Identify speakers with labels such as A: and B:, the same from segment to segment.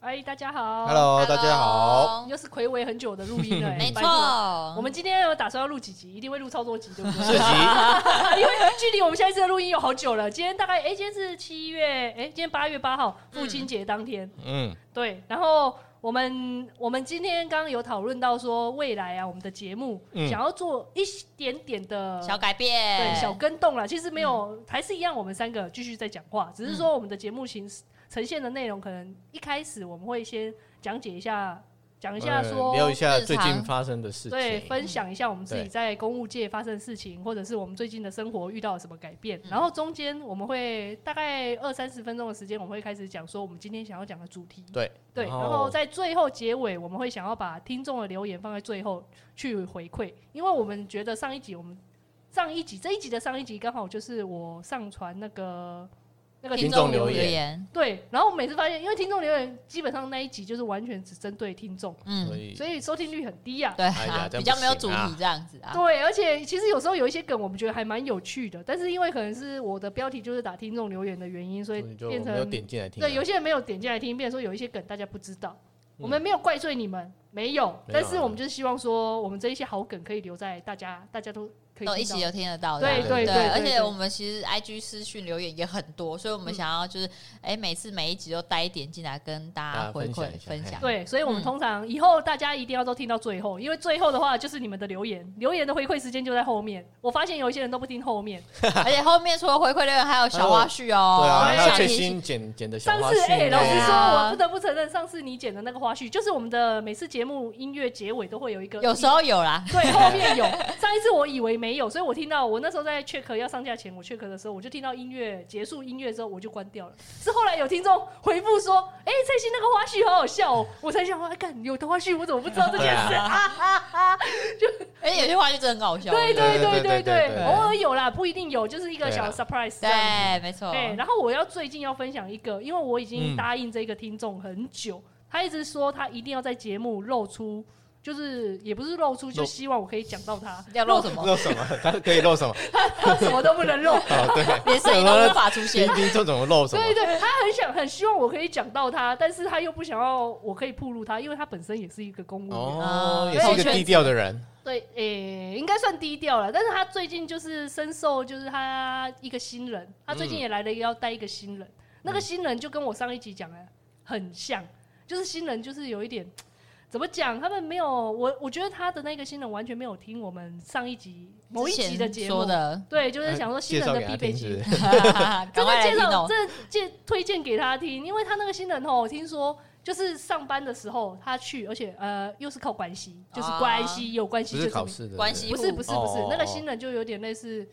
A: 哎，大家好
B: Hello，大哦家好。
A: 又是暌违很久的录音了、哎
C: 没
A: 拜托
C: 错，
A: 我们今天有打算要录几集，一定会录超多集，对不对？
B: 这集
A: 因为距离我们下一次的录音有好久了。今天大概，哎、今天是七月，哎、今天八月八号，父亲节当天。
B: 嗯，
A: 对，然后我们我们今天刚刚有讨论到说，未来啊，我们的节目、
B: 嗯
A: 想要做一点点的
C: 小改变，
A: 对小跟动啦。其实没有，
B: 嗯
A: 还是一样，我们三个继续在讲话，只是说我们的节目形式呈现的内容，可能一开始我们会先讲解一下，讲一下说。
B: 呃聊一下最
C: 日
B: 近
C: 常
B: 发生的事情，
A: 对，分享一下我们自己
B: 对
A: 在公务界发生的事情，或者是我们最近的生活遇到了什么改变。然后中间我们会大概二三十分钟的时间，我们会开始讲说我们今天想要讲的主题。
B: 对
A: 对，然后在最后结尾，我们会想要把听众的留言放在最后去回馈，因为我们觉得上一集我们上一集这一集的上一集刚好就是我上传那个那个
B: 听
C: 听
B: 众
C: 众
B: 留
C: 留
B: 言
C: 言，
A: 对，然后我每次发现，因为听众留言基本上那一集就是完全只针对听众，
B: 所
C: 嗯，
B: 以
A: 所以收听率很低呀、
C: 对
B: 哎呀
C: 啊，
B: 这样不行啊
C: 比较没有主题这样子啊，
A: 对，而且其实有时候有一些梗，我们觉得还蛮有趣的，但是因为可能是我的标题就是打听众留言的原因，所以
B: 所以就
A: 变
B: 没有
A: 成
B: 点进来听啊，
A: 对，有些人没有点进来听，变成说有一些梗大家不知道，我们没有怪罪你们，没有，
B: 没有
A: 但是我们就是希望说，我们这一些好梗可以留在大家，大家都可以
C: 都一
A: 听到
C: 起。就听得到的，
A: 对
B: 对
A: 对对
C: 而
A: 对
C: 且我们其实 IG 私讯留言也很多，所以我们想要就是，哎，每次每一集都带一点进来跟大
B: 大家
C: 家回
B: 分享一
C: 馈
B: 下
C: 分享，
A: 对，所以我们
C: 嗯
A: 通常以后大家一定要都听到最后，因为最后的话就是你们的留言，留言的回馈时间就在后面。我发现有一些人都不听后面，
C: 而且后面除了回馈留言，还有小花絮哦，
B: 对啊，还
A: 对
B: 有
C: 小
B: 最
C: 提醒
B: 新剪剪的小
A: 上
B: 花
A: 次
B: 絮，
A: 哎、老
C: 对
A: 实
C: 啊
A: 说，我不得不承认，上次你剪的那个花絮，就是我们的每次节目音乐结尾都会有一个，
C: 有时候 有啦，
A: 对后面有。 上一次我以为没有，所以我听到我那时候在 check 要上架前，我 check 的时候，我就听到音乐结束音乐之后我就关掉了。是后来有听众回复说，哎、蔡欣那个花絮好好笑哦，我才想说，哎、干有的花絮我怎么不知道这件事？
B: 对
A: 啊啊啊！
C: 而哎且有些花絮真的很搞笑，
A: 对对对
B: 对对
A: 对
B: 对
A: 对
B: 对，
A: 偶尔有啦，不一定有，就是一个
B: 对
A: 小
B: 啦
A: surprise 这样子。
C: 对，没错，
A: 对，然后我要最近要分享一个，因为我已经
B: 哦嗯
A: 答应这个听众很久，他一直说他一定要在节目露出，就是也不是露出，就
B: 露
A: 希望我可以讲到 他，
C: 要露什么？
B: 露什么？ 他可以露什么？
A: 他什么都不能露。
B: 哦，对，
C: 连声音都无法出现
B: 听。听这种 露什么
A: 对？对，他很想很希望我可以讲到他，但是他又不想要我可以暴露他，因为他本身也是一个公务员，
B: 哦，
C: 嗯
B: 也是一
C: 对
B: 个低调的人，
A: 对，诶、应该算低调了。但是他最近就是深受，就是他一个新人，他最近
B: 嗯
A: 也来了，要带一个新人。那个新人就跟我上一集讲的很像，就是新人就是有一点怎么讲，他们没有我，我觉得他的那个新人完全没有听我们上一集某一集的节目
C: 说。的，
A: 对，就是想说新
B: 呃哎介
A: 人
B: 绍
A: 的
B: 给
A: 必
B: 他
A: 备
B: 听
A: 技
B: 是
A: 能
B: 不是，
C: 赶
A: 真的
C: 快来
A: 介
C: 听
A: 绍，
C: 哦！
A: 真的介推荐给他听，因为他那个新人哦，我听说就是上班的时候他去，而且呃又是靠关系，就是
C: 啊
A: 关系有关系
B: 不
A: 就是怎
B: 考
A: 么
B: 试的
C: 关系
A: 不是不是不是
B: 哦，
A: 那个新人就有点类似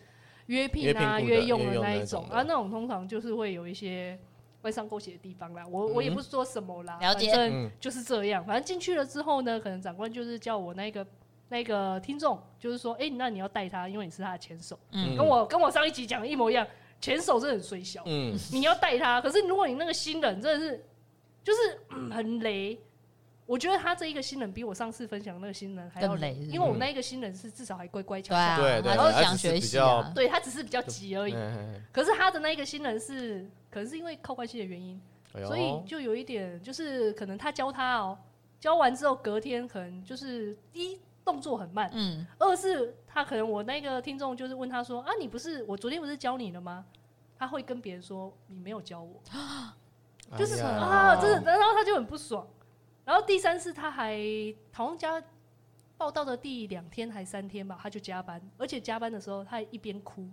A: 约聘啊、
B: 约聘雇的
A: 约用
B: 约
A: 的
B: 用
A: 那
B: 那
A: 一
B: 种
A: 种
B: 的
A: 啊，那种通常就是会有一些官商勾结的地方啦。我我也
B: 嗯
A: 不说什么啦，
C: 了
A: 反
C: 解
A: 正
B: 嗯，
A: 就是这样。反正进去了之后呢，可能长官就是叫我那个那个听众，就是说，哎，那你要带他，因为你是他的前手，
C: 嗯
A: 跟我跟我上一集讲的一模一样，前手真的很衰小，
B: 嗯，
A: 你要带他。可是如果你那个新人真的是就是、嗯很雷，我觉得他这一个新人比我上次分享的那个新人还要
C: 更雷是不是
A: 因为我那一个新人是至少还乖乖巧
C: 对
A: 巧，
C: 啊，
B: 对对
C: 他就是想学习啊，
A: 对他只是比较急而已。
B: 嗯
A: 可是他的那一个新人是，可能是因为靠关系的原因，
B: 哎呦
A: 所以就有一点就是可能他教他哦，教完之后隔天可能就是第一动作很慢，
C: 嗯，
A: 二是他可能我那个听众就是问他说啊，你不是我昨天不是教你了吗？他会跟别人说你没有教我，就是
B: 哎呀
A: 啊，真的，然后他就很不爽。然后第三是他还好像加报道的第两天还三天吧，他就加班，而且加班的时候他还一边哭，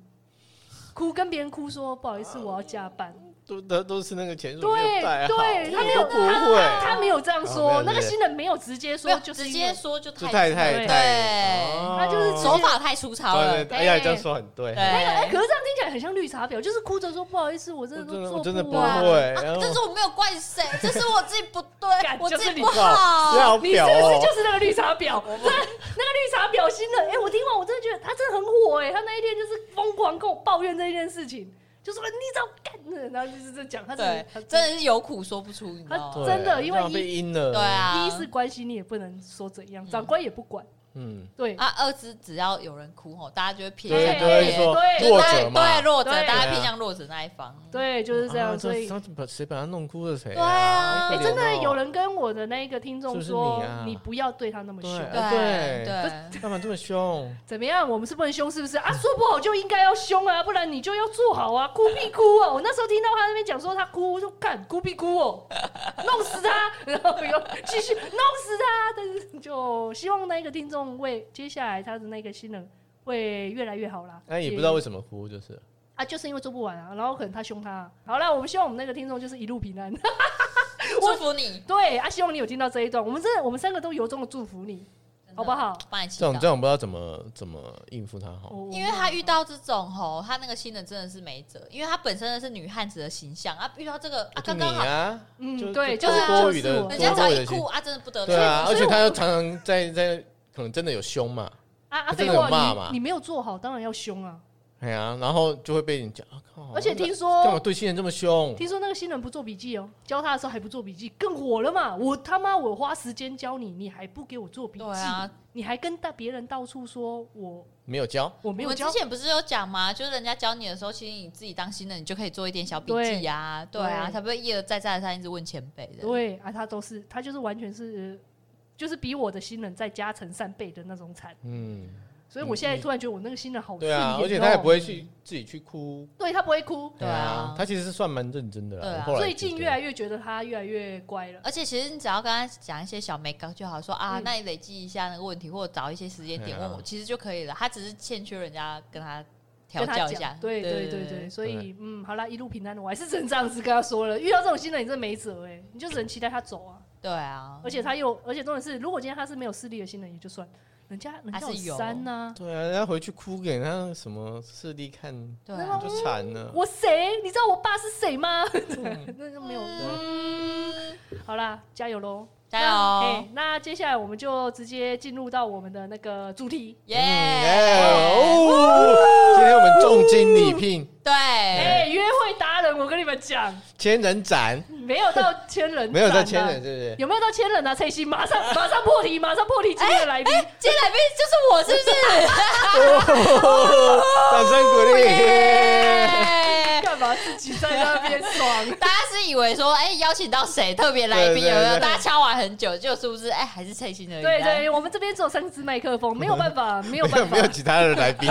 A: 哭跟别人哭说不好意思我要加班，
B: 都都都是那个钱数没有
A: 对
B: 带好，
A: 对，他没
B: 都
A: 有
B: 不会，
A: 他没有这样
B: 哦没有
A: 说，那
B: 对
A: 个新人没有直接
C: 没
A: 说
C: 有，
A: 就是
C: 直
A: 因
C: 接
A: 为
C: 说就
B: 这
C: 太
B: 太太
A: 对
B: 太，哦
C: 对
A: 他就是直接
C: 手法太粗糙
B: 对
C: 了，
B: 对，哎呀，这样说很对，
A: 那个哎，可
C: 对，
A: 是这样听起来很像绿茶婊，就是哭着说不好意思，我真
B: 我
A: 的
B: 真的我真
A: 都做
B: 的
A: 不
B: 不
A: 完。
B: 会，然后
C: 啊这是我没有怪谁，这是我自己不对
A: 干，
C: 我自
A: 就是
C: 己
A: 你
C: 不
B: 这
C: 好，
B: 好
A: 你是
B: 表
A: 不是就
B: 哦，
A: 是那个绿茶婊？真的那个绿茶婊新人，哎、我听完我真的觉得他真的很火哎、他那一天就是疯狂跟我抱怨这件事情。就说你早干，然后就是这讲，他真
C: 对
A: 的，他，
C: 真的是有苦说不出，你知道
A: 对
C: 吗？
A: 真的因为
B: 这样被阴了，
C: 对，啊，
A: 一是关系你也不能说怎样，长官也不管，
B: 嗯，
A: 对，
C: 啊，二是只要有人哭吼，大家就会偏
B: 对
C: 向
B: 都会
A: 对
B: 说
A: 对
B: 弱者嘛
C: 对弱者，
A: 对
C: 大家偏向弱者那一方。
A: 对，就是这样，
B: 啊
A: 所以
B: 他把谁把他弄哭了谁？
C: 对啊
A: 哎，
B: 好可怜
A: 真的
B: 哦
A: 有人跟我的那一个听众
B: 是不是
A: 说
B: 你啊，
A: 你不要对他那么凶，
B: 对
C: 呃对
B: 对
A: 啊
B: 干嘛这么凶？
A: 怎么样？我们是不能凶，是不是啊？说不好就应该要凶啊，不然你就要做好啊，哭必哭哦！我那时候听到他那边讲说他哭，我就干哭必哭哦，弄死他， 然后又继续弄死他。但是就希望那个听众为接下来他的那个新人会越来越好啦。
B: 哎那也不知道为什么哭，就是
A: 啊，就是因为做不完啊，然后可能他凶他、啊。好啦，我们希望我们那个听众就是一路平安。
C: 祝福你，
A: 对啊，希望你有听到这一段，我们真的我们三个都由衷的祝福你，好不好？
C: 帮你祈
B: 这种这
C: 祷。
B: 种不知道怎么怎么应付他好。
A: 哦
C: 因为他遇到这种吼，他那个新人真的是没辙，因为他本身的是女汉子的形象啊，遇到这个啊，
B: 就
C: 刚
B: 你
C: 刚好，
B: 啊，
A: 嗯，
B: 就
A: 对，
B: 就
A: 就是
B: 多
A: 就
B: 余
A: 是
B: 的
A: 我
C: 人家只要一
B: 多
C: 哭啊，真的不得
B: 对
C: 了。
B: 啊，
A: 所
B: 而
A: 以
B: 且
A: 我
B: 他又常常在在可能真的有凶嘛，
A: 啊啊！
B: 可是
A: 废
B: 有骂嘛
A: 话，你你没有做好，当然要凶啊！
B: 哎呀，然后就会被人讲啊靠，
A: 而且听
B: 干嘛
A: 说
B: 对新人这么凶？
A: 听说那个新人不做笔记哦，教他的时候还不做笔记，更火了嘛！我他妈我花时间教你，你还不给我做笔记，
C: 对啊，
A: 你还跟大别人到处说我
B: 没有教，
A: 我
C: 我
A: 没有
C: 们
A: 教
C: 之，前不是有讲吗？就是人家教你的时候，其实你自己当新人，你就可以做一点小笔记呀、啊，对
A: 对
C: 啊，
A: 对
C: 才不会一而再再而三一直问前辈的。
A: 对啊，他都是他就是完全是就是比我的新人再加成三倍的那种惨，
B: 嗯，
A: 所以我现在突然觉得我那个新人好顺
B: 对
A: 眼
B: 啊
A: 哦，，
B: 而且他也不会去自己去哭，哎
A: 对他不会哭，
C: 对啊
B: 他其实是算蛮认真的啦。
C: 对啊
B: 我后来
A: 最
B: 觉
A: 近
B: 得
A: 越来越觉得他越来越乖了。
C: 而且其实你只要跟他讲一些小美感就好，说啊，
A: 嗯
C: 那你累积一下那个问题，或者找一些时间点
B: 对啊
C: 问我，其实就可以了。他只是欠缺人家跟他调
A: 跟他
C: 教
A: 讲，
C: 一下。
A: 对对对对，所以嗯，好啦，一路平安的，我还是只能这样子跟他说了。遇到这种新人，你真的没辙哎、你就只能期待他走啊。
C: 对啊！
A: 而且他又，而且重点是，如果今天他是没有势力的新人也就算，人家人家
C: 还是有
A: 三呐、
B: 对啊，人家回去哭给他什么势力看，
C: 对
A: 那
C: 啊
A: 么，
B: 就惨了。
A: 我谁？你知道我爸是谁吗？ 那就没有。
B: 嗯
A: 嗯，好啦，加油喽！
C: 加
A: 那
C: 油
A: 哎！那接下来我们就直接进入到我们的那个主题。
B: 嗯
C: 耶、
B: 哎哦！今天我们重金礼聘
C: 对，
A: 哎、约会达人，我跟你们讲，
B: 千人斩，
A: 没有到千人、啊
B: 没有在千人，。对不对？
A: 有没有到千人啊？蔡西，马上马上破题，马上破题！今天的来宾，
C: 今天来宾就是我，是不是？
B: 掌声鼓励！
C: 耶
A: 干嘛自己在那边 爽？
C: 大家是以为说，哎、邀请到谁特别来宾
B: 对对
C: 有没有？
B: 对
C: 大家敲完很久，就是不是？哎、还是蔡心而已。
A: 对对，我们这边只有三支麦克 风，没有办法，没有
B: 没有
A: 办法
B: 没。有其他的来宾，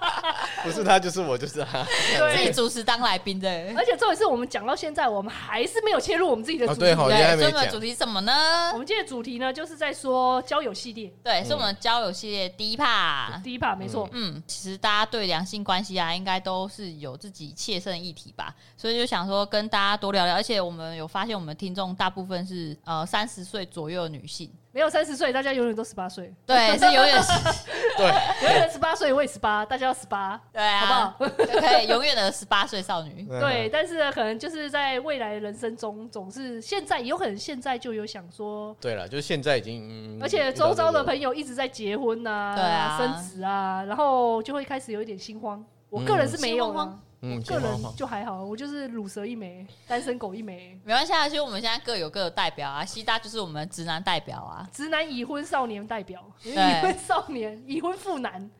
B: 不是他就是我就是他。
C: 自己
A: 对，
C: 主持当来宾的。对，
A: 而且重点是我们讲到现在，我们还是没有切入我们自己的主
B: 哦，
A: 题。
B: 对，好，今天还
C: 所以
B: 没
C: 我们的主
B: 讲。
C: 题是什么呢
A: 我？们今天的主题呢，就是在说交友系列
C: 对，是我们交友系列第一趴。
A: 嗯第一趴，没错。
C: 嗯，其实大家对两性关系啊，应该都是有自己切身的议题吧，所以就想说跟大家多聊聊。而且我们有发现，我们听众大部分是呃三十岁左右的女性，
A: 没有三十岁，大家永远都十 八岁。
C: 对，是永远 是
B: 对，
A: 有人十八岁，我也十八，大家要十 八，
C: 对啊，
A: 好
C: 不好？可以永远的十八岁少女。
B: 嗯啊
A: 对。但是呢，可能就是在未来的人生中，总是现在有可能现在就有想说
B: 对了，就是现在已经，嗯
A: 而且周遭的
B: 遇到这个
A: 朋友一直在结婚呐、
C: 对啊
A: 升职啊，然后就会开始有一点心慌。我个人是没有
C: 心慌慌
A: 啦，
B: 嗯，
A: 个
B: 先
A: 人
B: 晃晃
A: 就还好，我就是乳蛇一枚，单身狗一枚，
C: 没关系啊，其实我们现在各有各的代表啊，西大就是我们直男代表啊，
A: 直男已婚少年代表，已
C: 对
A: 婚少年、已婚妇男、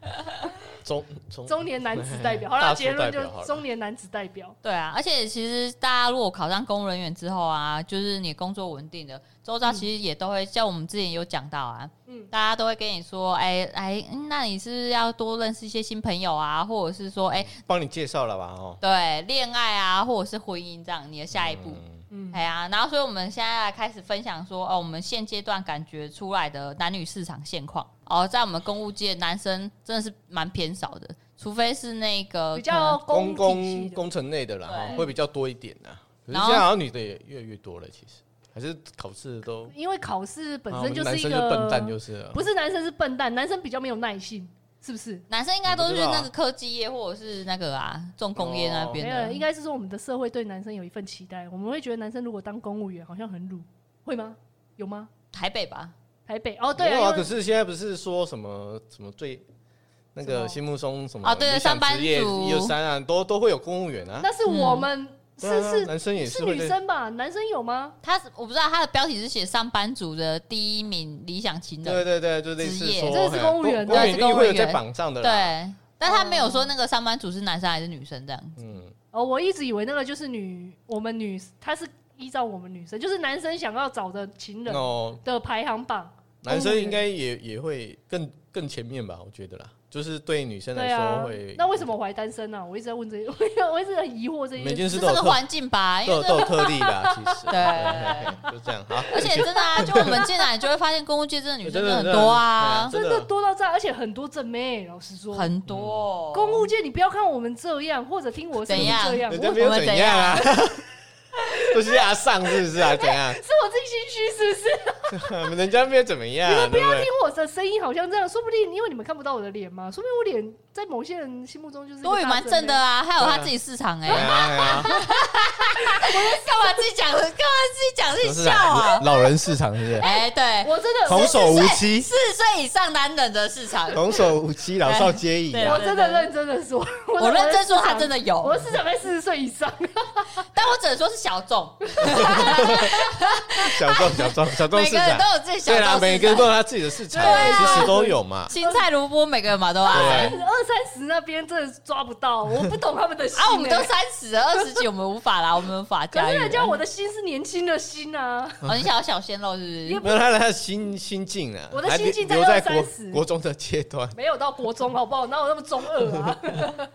B: 中中
A: 中年男子 代表。好
B: 哦大
A: 啦，
B: 叔
A: 结论就
B: 代表好了
A: 中年男子代表。
C: 对啊，而且其实大家如果考上公务人员之后啊，就是你工作稳定的，周遭其实也都会，像我们之前有讲到啊，
A: 嗯，
C: 大家都会跟你说，哎、哎、嗯那你是不是要多认识一些新朋友啊，或者是说，哎、
B: 帮你介绍了吧？哦，
C: 对，恋爱啊，或者是婚姻这样，你的下一步。
B: 嗯
A: 嗯
C: 哎呀，然后所以我们现在来开始分享说，哦，我们现阶段感觉出来的男女市场现况。哦，在我们公务界，男生真的是蛮偏少的，除非是那个
A: 比较
C: 啊
B: 工
A: 公体系
B: 工
A: 的
B: 工程类的啦，
C: 对
B: 哦会比较多一点呐。可是
C: 然后
B: 现在好像女的也越来越多了，其实还是考试都
A: 因为考试本
B: 啊我们
A: 身就是
B: 男
A: 一
B: 生
A: 个、
B: 就笨蛋，就是了
A: 不是男生是笨蛋，男生比较没有耐性，是不是？
C: 男生应该都是
B: 我不知道啊
C: 那个科技业或者是那个啊重工业那边
A: 哦没
C: 的，
A: 有，应该是说我们的社会对男生有一份期待，我们会觉得男生如果当公务员好像很鲁，会吗？有吗？
C: 台北吧？
A: 台北哦，对
B: 没有啊，
A: 啊，因
B: 可
A: 为
B: 是现在不是说什么什么最那
A: 什
B: 个
A: 么哦
B: 新木松什么
C: 啊对
B: 理想
C: 上班
B: 职业
C: 族
B: 一二三啊，都都会有公务员啊。
A: 那是我们
B: 对啊
A: 是是
B: 男生也
A: 是
B: 会
A: 女
B: 在
A: 生吧？男生有吗？
C: 他是我不知道他的标题是写上班族的第一名理想情
B: 对
C: 人，
B: 对对，就类似
C: 职业
B: 说，
A: 这是公务员
B: 嘿
A: 啊
B: 公务员一
C: 这是公
B: 定
C: 务
B: 会有在
C: 员
B: 榜上的
C: 对
B: 啦。
C: 但他没有说那个上班族是男生还是女生这样。
B: 嗯，
A: 哦，我一直以为那个就是女，我们女，她是依照我们女生，就是男生想要找的情人
B: 哦，
A: 的排行榜。
B: 男
C: 哦
B: 生应该也也会更更前面吧，我觉得啦，就是对女生
A: 对
B: 来
A: 啊
B: 说会，。
A: 那为什么我还单身呢、啊我一直在问这 些，我一直很疑惑这
B: 每
A: 些。
B: 件事
C: 是
B: 都
C: 这
B: 有
C: 个
B: 特
C: 环境吧，因
B: 都
C: 为
B: 有
C: 这
B: 都有特例 啦，其实。
C: 对
B: 嘿嘿嘿就这样好。
C: 而且真的啊，就我们进来就会发现，公务界真的女生真的很
B: 真的
C: 多啊，
A: 真
B: 真的
A: 的多到炸，而且很多正妹。老实说，
C: 很多
A: 公务界你不要看我们这样，或者听我声音
C: 怎样
A: 这样，我
B: 人
A: 是
B: 家没有
C: 我们
B: 怎
C: 怎
B: 样啊， 都是阿上是不是 啊？怎样？
A: 我自己心虚是不是？
B: 人家没有怎么样，啊对不对
A: 听？我的声音好像这样，说不定因为你们看不到我的脸嘛，说不定我脸在某些人心目中就是一个
C: 多语蛮正的
A: 大
C: 啊，还有他自己市场哎、
B: 哎呀哎呀，
C: 干嘛自己讲？干嘛自己讲
B: 都
C: 自己
B: 是
C: 笑
B: 啊
C: 啊？
B: 老人市场是不是？
C: 哎、
A: 正妹。
C: 对，
A: 我真的，
B: 童
A: 我
B: 叟无欺，
C: 四十岁以上男人的市场，
B: 童叟无欺，老少皆宜
C: 对
B: 啊
A: 我。真的认真的说，我
C: 我认真说他
A: 他
C: 真
A: 的
C: 的
A: 市场，我
C: 有，
A: 的市场在四十岁以上，
C: 但我只能说是小众，
B: 小众小众小众
C: 每
B: 市
C: 个人
B: 场
C: 都，有自己小
B: 对啦，
C: 众
B: 每
C: 市
B: 个人都
C: 场。
B: 有他自己的市场，
C: 对啊
B: 其实都有嘛。
C: 青菜萝卜每个人嘛都啊爱。
B: 对，啊
A: 二三十那边真的抓不到，我不懂他们的心、
C: 啊，我们都
A: 欸
C: 三十了，二十几我们无法啦，我们无法
A: 可
C: 驾驭
A: 是
C: 了。
A: 人家我的心是年轻的心啊，
C: 哦，你想要小鲜肉是
A: 也
C: 不
A: 不
B: 没有他的他的心心境啊，
A: 我的
B: 还
A: 心境在
B: 留在
A: 二三十
B: 国国中的阶段。
A: 没有到国中好不好？哪有那么中二 啊？
C: 是？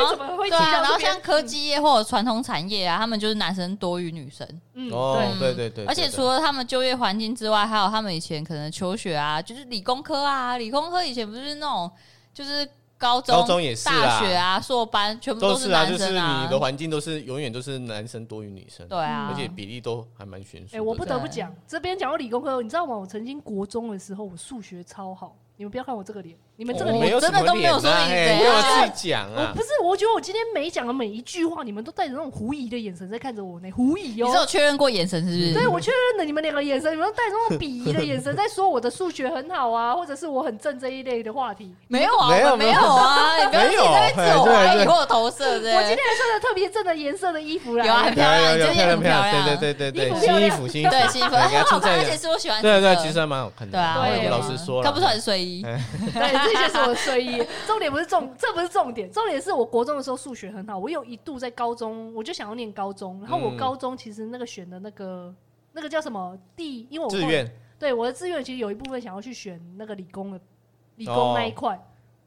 A: 哎
C: 后
A: 怎么会
C: 对
A: 提到这
C: 啊，
A: 边
C: 然后像科技业或者传统产业啊，他们就是男生多于女生。
A: 嗯，
B: 哦
A: 对，
B: 对对对
C: 而且
B: 对对
C: 除了他们就业环境之外，还有他们以前可能求学啊，就是理工科啊，理工科以前不是那种就是高中、
B: 高中也是啊
C: 大学啊、硕班全部
B: 都
C: 是
B: 是
C: 男
B: 啊，就是
C: 生
B: 你的环境都是永远都是男生多于女生，
C: 对啊，
B: 而且比例都还蛮悬殊的。
A: 哎、我不得不
C: 对
A: 讲，这边讲到理工科，你知道吗？我曾经国中的时候，我数学超好。你们不要看我这个脸，你们这个
B: 我
A: 脸，
B: 没有
C: 真的
B: 什么
C: 都没有
B: 脸
C: 说
B: 啊
C: 你
B: 嘿
C: 怎
B: 没有
C: 样
B: 自己讲
C: 嗯
A: 我
B: 啊
A: 哦不，是，我觉得我今天每讲的每一句话，你们都带着那种狐疑的眼神在看着我呢，狐疑
C: 你是有
A: 哦。
C: 确认过眼神是不是？
A: 对，我确认了你们两个眼神，你们都带着那种鄙夷的眼神在说我的数学很好啊，或者是我很正这一类的话题。
C: 没有啊，
B: 没有
C: 我们没有啊，你不要自己在那边自我怀
B: 没有
C: 疑
B: 嘿对对
C: 或者投射对
A: 我今天还穿着特别正的颜色的衣服来，
C: 有啊很漂亮
B: 有有
C: 你这件
B: 有
C: 很漂亮
B: 对对对对
A: 衣
B: 对，
A: 服
B: 新
A: 漂
B: 衣
A: 亮
B: 服新衣服，
C: 对啊幸福，
B: 对给
C: 很
B: 他
C: 好
B: 称赞
C: 看，
B: 一下
C: 而且是我喜欢
B: 对对，
C: 的
B: 其实还蛮好看的。
C: 对啊，
B: 我
A: 对
B: 也
A: 啊
B: 跟老师说了，
C: 他不穿睡 衣，
A: 对，这些是我的睡衣。重点不是重， 这不是重点，重点是我国中的时候数学很好，我有一度在高中我就想要念高中，然后我
B: 嗯
A: 高中其实那个选的那个那个叫什么地，因为我后
B: 志
A: 来
B: 愿
A: 对我的志愿其实有一部分想要去选那个理工的理工那一块。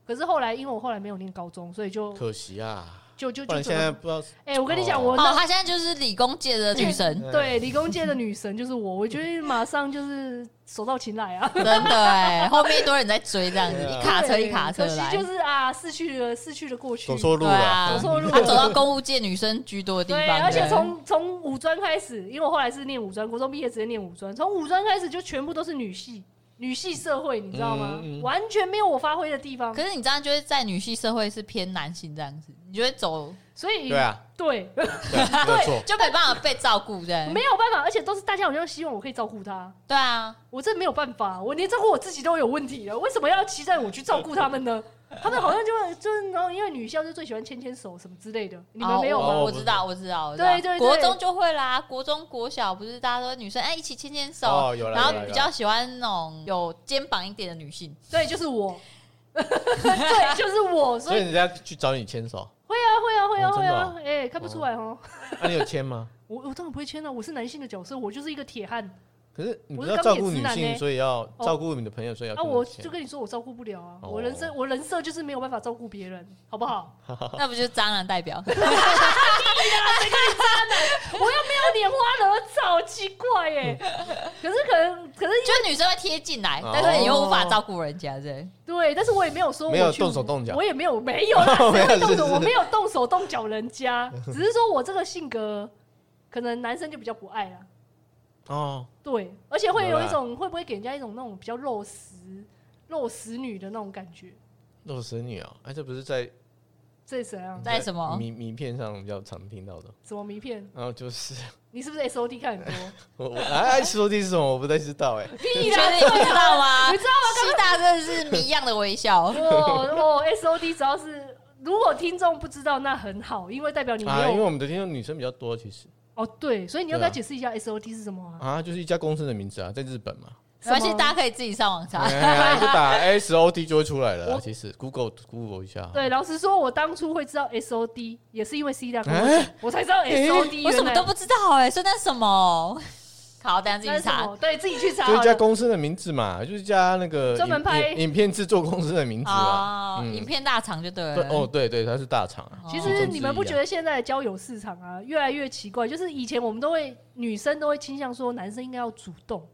A: 可是后来，因为我后来没有念高中，所以就
B: 哦可惜啊，
A: 就就
B: 不
A: 就
B: 然
A: 怎
B: 现
A: 么
B: 在不知道
A: 哎、我跟你讲，
B: 哦
A: 我
C: 哦，
A: 那、
C: 他现在就是理工界的女神，
B: 哎
A: 对理工界的女神就是我，我觉得马上就是手到擒来啊，
C: 真的哎，后面一堆人在追这样子，
B: 对啊
C: 一 卡车一卡车
A: 对可
C: 来，
A: 惜就是啊，逝去了，逝去了过去，
B: 走错路
C: 对
B: 了，
C: 啊，
A: 走错路
C: 他走到公务界女生居多的地
A: 对，
C: 方，
A: 而且
C: 对
A: 从从五专开始，因为我后来是念五专，国中毕业直接念五专，从五专开始就全部都是女系，女系社会，你知道吗？
B: 嗯嗯
A: 完全没有我发挥的地方
C: 可，是你这样就会在女系社会是偏男性这样子，你就会走
A: 所以
B: 对啊，
A: 对
B: 对没有 错，
C: 就没办法被照顾对
A: 没有办法，而且都是大家好像希望我可以照顾她，
C: 对啊，
A: 我这没有办法，我连照顾我自己都有问题了，为什么要期待我去照顾他们呢？他们好像就就是然后因为女校就最喜欢牵牵手什么之类的，你们
B: 啊
C: 哦
A: 没有
C: 我
A: 吗？
C: 我知道，我知道，我知道
A: 对对对
C: 国中就会啦，国中国小不是大家都女生哎一起牵牵手，
B: 哦有啦
C: 然后
B: 有啦有啦
C: 比较喜欢那种有肩膀一点的女性，
A: 对，就是我， 对，就是我，所
B: 所以
A: 以
B: 人家去找你牵手，
A: 会啊会啊会啊
B: 哦
A: 会
B: 真的哦
A: 啊，哎、看不出来哦。
B: 那你有牵吗？
A: 我我当然不会签了、我是男性的角色，我就是一个铁汉
B: 可是你
A: 我
B: 不
A: 是
B: 要
A: 钢
B: 照
A: 铁
B: 顾
A: 直
B: 女
A: 男
B: 性，
A: 呢
B: 所以要照顾你的朋友，所以要
A: 啊！
B: 跟
A: 我
B: 们牵
A: 就跟你说，我照顾不了啊，
B: 哦
A: 我人生我人设就是没有办法照顾别人，好不好？
B: 哦
C: 那不就是蟑螂代表？
A: 我又没有拈花惹草，奇怪耶、可是可能可是
C: 就女生会贴进来，
B: 哦
C: 但是你又无法照顾人家对。
A: 对，但是我也没有说我
B: 没有
A: 去
B: 动手动脚
A: 我也没有没有啦，谁会动
B: 没有是是
A: 手？我没有动手动脚人家，只是说我这个性格，可能男生就比较不爱啦。
B: 哦，
A: 对，而且会
B: 有
A: 有
B: 啦
A: 一种会不会给人家一种那种比较肉食肉食女的那种感觉？
B: 肉食女哦，哎，这不是在
A: 这是怎样？
C: 在什么
B: 名名片上比较常听到的，
A: 什么名片？
B: 然后就是
A: 你是不是 S O D 看很多？
B: 我我哎，说的是什么？我不太知道哎。
A: 屁
C: 你
A: 啦
C: 觉得你不知道吗？
A: 你。
C: 知道吗？西大真的是谜一样的微笑
A: 哦哦，S O D 只要是如果听众不知道，那很好，因为代表你
B: 啊，因
A: 没
B: 为
A: 有
B: 我们的听众女生比较多，其实
A: 哦对，所以你要不
B: 对啊
A: 要解释一下 S O D 是什么啊？
B: 啊，就是一家公司的名字啊，在日本嘛，
C: 没关系
A: 什，么
C: 大家可以自己上网查。
B: 哎就 打 S O T 就会出来了啦。
A: 我
B: 其实 Google Google 一下，
A: 对，老实说，我当初会知道 S O D 也是因为 C 大跟我
B: 哎
A: 讲，我才知道
B: 哎
A: S O D
C: 我什么都不知道哎、所以那什么？好，大家自
A: 那
C: 己
A: 是什
C: 查。
A: 么，对自己去查好
B: 就
A: 了。
B: 一家公司的名字嘛，就是一家那个
A: 专门
B: 影
A: 拍
B: 影影片制作公司的名字啊。
C: 哦，
B: 嗯
C: 影片大厂就对
B: 对
C: 了。
B: 哦，对对，它是大厂啊。
A: 其
B: 其中
A: 实
B: 之
A: 你们
B: 一
A: 不
B: 啊
A: 觉得现在的交友市场啊，越来越奇怪？就是以前我们都会女生都会倾向说男生应该要主动，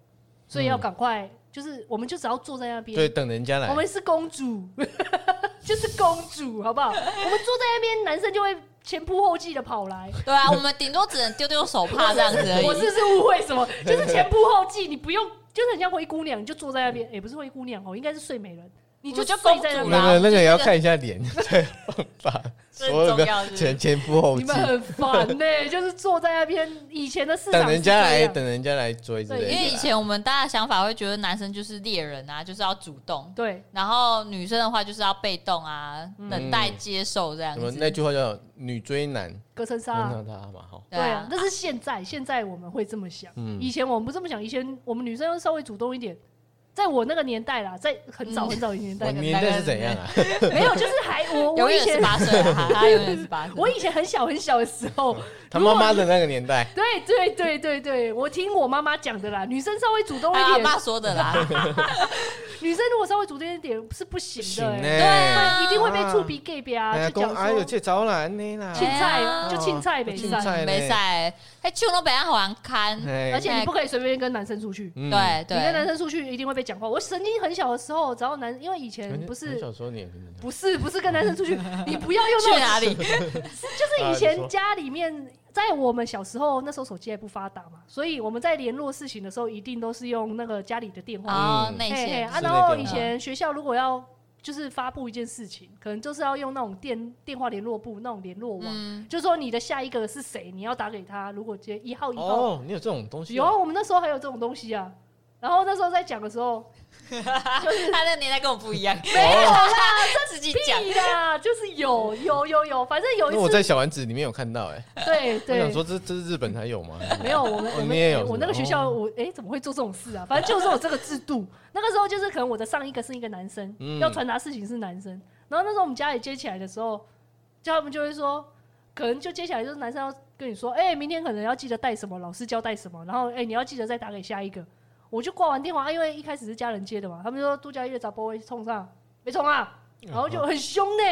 A: 所以要
B: 嗯
A: 赶快，就是我们就只要坐在那
B: 对，
A: 边，
B: 等人家来
A: 我。们是公主， 就是公主，好不好？我们坐在那边，男生就会前仆后继的跑来。
C: 对啊，我们顶多只能丢丢手帕这样子而
A: 我
C: 已。
A: 是不是误会什么？就是前仆后继，你不用，就是很像灰姑娘，你就坐在那边，也、不是灰姑娘哦，应该是睡美人，你就
C: 我就
A: 睡在那
C: 公
B: 没有
A: 边
C: 主啦。
B: 没有，那
C: 就
B: 个
C: 是
B: 也要
C: 那个
B: 看一下脸， 对，把
C: 这很
B: 所有
C: 重
B: 的
C: 要是不是
B: 前前赴后
A: 你
B: 继
A: 们，很烦呢、就是坐在那边。以前的市场
B: 等人家
A: 是这
B: 来，
A: 样
B: 等人家来追之类
A: 对
B: 的。
C: 因为以前我们大家的想法会觉得男生就是猎人啊，就是要主动，
A: 对。
C: 然后女生的话就是要被动啊，等待接受这样
B: 什么
C: 子。
B: 那句话叫“女追男
A: 隔层”，纱、
B: 能
A: 啊。
B: 让他嘛 哈。
A: 对啊，但是现在，现在我们会这么想。
B: 嗯
A: 以前我们不这么想，以前我们女生要稍微主动一点。在我那个年代啦，在很早
C: 嗯
A: 很早的年
B: 我
A: 代，
B: 年代是怎样啊？
A: 没有，就是还 我我
C: 永
A: 以
C: 远
A: 前
C: 十八岁啊，他永远十八岁。
A: 我以前很小很小的时候，
B: 他妈妈的那个年 代，
A: 对对对对对，我听我妈妈讲的啦，女生稍微主动
C: 还
A: 一
C: 有他
A: 点，
C: 爸说 的啦，
A: 女生如果稍微主动一点是不行
B: 行
A: 的、欸，
B: 呢。
C: 啊
A: 对，一定会被触鼻 gay 别
B: 哎
A: 啊，
B: 呀，
A: 就
B: 公
A: 讲
B: 哎呦，
A: 说
B: 这招男的啦，
A: 青
C: 哎
A: 菜
C: 呀
A: 就青菜没
B: 哦
A: 事
B: 青，菜呢
C: 没赛，哎，去东北岸好难堪。
B: 哎
A: 而且你不可以随便跟男生出去，
B: 嗯
C: 对
A: 你跟男
C: 对，
A: 生出去一定会被讲话。我曾经很小的时候，只要男，因为以前
B: 很
A: 不
B: 很
A: 是
B: 小时候你也跟人家
A: 不是不是跟男生出去，你不要用
C: 去
A: 那
C: 哪
A: 种，
C: 里？
A: 就是以
B: 啊你
A: 前
B: 说
A: 家里面，在我们小时候那时候手机还不发达嘛，所以我们在联络事情的时候，一定都是用那个家里的电话。
C: 哦，
B: 嗯
C: 内
A: 嘿嘿
C: 线
A: 啊，
B: 是那
A: 然后
B: 个
A: 以前学校如果要就是发布一件事情，可能就是要用那种电电话联络簿那种联络网，
C: 嗯，
A: 就说你的下一个是谁，你要打给他，如果接一号一号
B: 哦，你有这种东西
A: 有
B: 哦？
A: 啊，我们那时候还有这种东西啊。然后那时候在讲的时
B: 哦
A: 候，
C: 他那个年代跟我不一 样，
B: 没 有啦
C: 自己讲。
A: 屁啦，就是有有有有，反正有
B: 那
A: 一
B: 我
A: 次，
B: 在小丸子里面有看到，哎，
A: 对
B: 我想
A: 对，
B: 说这这是日本才有 吗？
A: 没有我们
B: 哦
A: 我
B: 你
A: 们
B: 也有
A: 哎我那个
B: 是吧哦
A: 学校我哎怎么会做这种事啊？反正就是有这个制度。那个时候就是可能我的上一个是一个男生，
B: 嗯
A: 要传达事情是男生，然后那时候我们家里接起来的时候，就他们就会说，可能就接起来就是男生要跟你说，哎，明天可能要记得带什么，老师交代什么，然后哎你要记得再打给下一个。我就挂完电话，啊因为一开始是家人接的嘛，他们就说度假月咋不会冲上，没冲啊，然后就
B: 嗯
A: 很凶呢、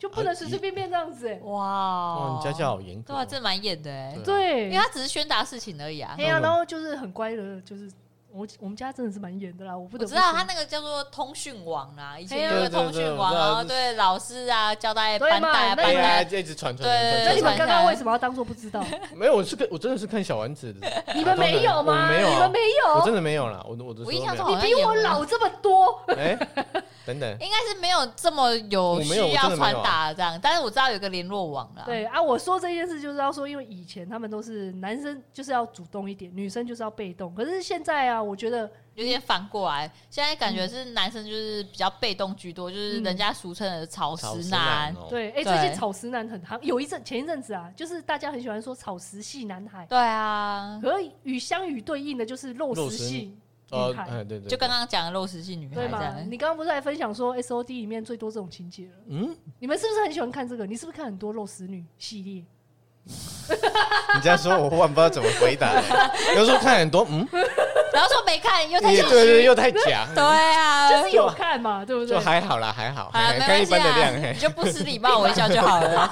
A: 就不能随随便便这样子、欸。
B: 啊哦，
C: 哇，
B: 你家教好严格
C: 对
B: 哦。
C: 啊，这蛮严的哎，
B: 对
A: 对
C: 因为，他只是宣达事情而已啊
A: 哎。呀，然后就是很乖的，就是我我们家真的是蛮严的啦，我不
C: 我
A: 得不
C: 知道
A: 说
C: 他那个叫做通讯网啊，以
A: 嘿
C: 前
A: 啊
C: 有个通讯网，
B: 对对对
C: 然后
B: 我知道
C: 对老师啊交代
A: 对
C: 班
A: 嘛
C: 带啊
A: 那
C: 班
B: 哎
A: 你
B: 呀，
C: 带，
B: 一直传传
C: 对
B: 传
A: 那
B: 传
A: 你
B: 传
A: 们刚刚为什么要当做不知道？
B: 传，没有，我是跟我真的是看小丸子的，
A: 你们没有吗？
B: 我没有啊
A: 你们没
B: 我
A: 有？
B: 真的没有啦，我我的
C: 我印象中哎
A: 你
C: 好像
A: 比我
C: 也没有
A: 老这么 多，
B: 哎，等等，
C: 应该是没有这么有
B: 我没
C: 需
B: 有我
C: 要
B: 真的没有啊
C: 传达这样，但是我知道有个联络网啦。
A: 对啊，我说这件事就是要说，因为以前他们都是男生就是要主动一点，女生就是要被动。可是现在啊，我觉得
C: 有点反过来，现在感觉是男生就是比较被动居多，就是人
A: 嗯
C: 家俗称的草食男。
B: 哦，
A: 对，哎，
C: 对
A: 最近草食男很夯，有一阵前一阵子啊，就是大家很喜欢说草食系男孩，
C: 对啊，
A: 可是与相与对应的就是肉
B: 肉
A: 食
B: 食
A: 系呃
B: 哦
A: 女，孩。
B: 哎对对，
C: 就刚刚讲的肉食系女
A: 对
C: 孩啊这
A: 嘛？
C: 样。
A: 你刚刚不是还分享说 S O D 里面最多这种情节了？
B: 嗯，
A: 你们是不是很喜欢看这个？你是不是看很多肉食女系列？
B: 你这样说，我忽然不知道怎么回答了。有时候看很多，嗯，
C: 然后说没看又太
B: 也
C: 心
B: 对对，
C: 虚，
B: 又太假，
C: 对啊，
A: 就是有看嘛，对不对
B: 呃就？还好啦，还好，
C: 好了，
B: 还
C: 没
B: 看
C: 关
B: 一
C: 系
B: 般的量，
C: 啊，
B: 嘿
C: 你就不失礼貌微笑就 好了。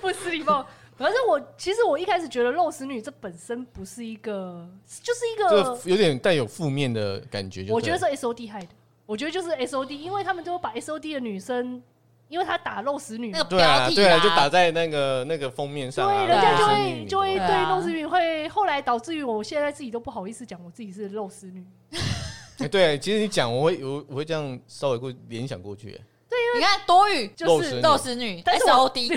A: 不失礼貌。反正我其实我一开始觉得肉食女这本身不是一个，就是一
B: 这
A: 个
B: 个，有点带有负面的感觉就对了。
A: 我觉得是 S O D 害的。我觉得就是 S O D，因为他们都把 S O D 的女生，因为她打肉食女嘛，
C: 那个
B: 对啊，
C: 标题
B: 对啊，
C: 啦
B: 就打在那个那个封面上啊，
A: 对，人家就
B: 肉食女
A: 会就会
C: 对啊
A: 对肉食女会，后来导致于我现在自己都不好意思讲我自己是肉食女，
B: 哎对，其实你讲，我会我我会这样稍微过联想过去，哎
A: 对，因
C: 你看多语
A: 就
B: 肉
A: 是
B: 食
C: 肉食女
A: 但是
C: S
A: 我
C: O D，
A: 没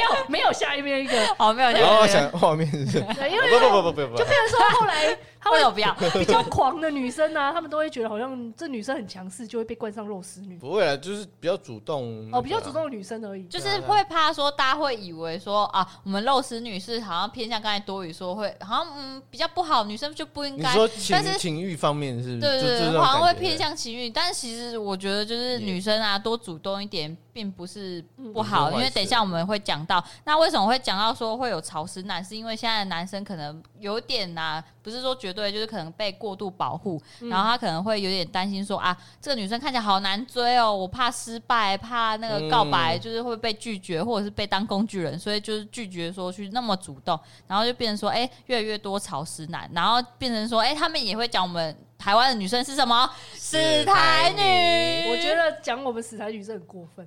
A: 有没有下面一个，
C: 好哦没有这
B: 然后
C: 样
B: 我
C: 子
B: 哦想画面是，
A: 对，因为
B: 不不不不不不
A: 就变成说后来 他
C: 为
A: 会
C: 什么不要？
A: 比较狂的女生啊，她们都会觉得好像这女生很强势，就会被冠上肉食女
B: 不会啊，就是比较主动那个啊
A: 哦，比较主动的女生而已。
C: 就是会怕说大家会以为说啊，我们肉食女是好像偏向刚才多语说会，好像嗯比较不好，女生就不应
B: 你
C: 该。
B: 说情
C: 但是
B: 情欲方面是不是？
C: 对
B: 就就
C: 对
B: 这
C: 对，
B: 种
C: 好像会
B: 感觉
C: 偏向情欲，但其实我觉得就是
B: 也
C: 女生啊，多主动一点，并不是
A: 嗯
C: 不好，
B: 不是
C: 因
B: 坏
C: 为等一
B: 事啊
C: 下我们会讲到，那为什么会讲到说会有潮湿男，是因为现在的男生可能有点呐、不是说绝对，就是可能被过度保护，
A: 嗯
C: 然后他可能会有点担心说啊，这个女生看起来好难追哦，我怕失败，怕那个告白
B: 嗯
C: 就是会被拒绝，或者是被当工具人，所以就是拒绝说去那么主动，然后就变成说，哎、越来越多潮湿男，然后变成说，哎、他们也会讲我们台湾的女生是什么死台女，
A: 我觉得讲我们死台女是很过分，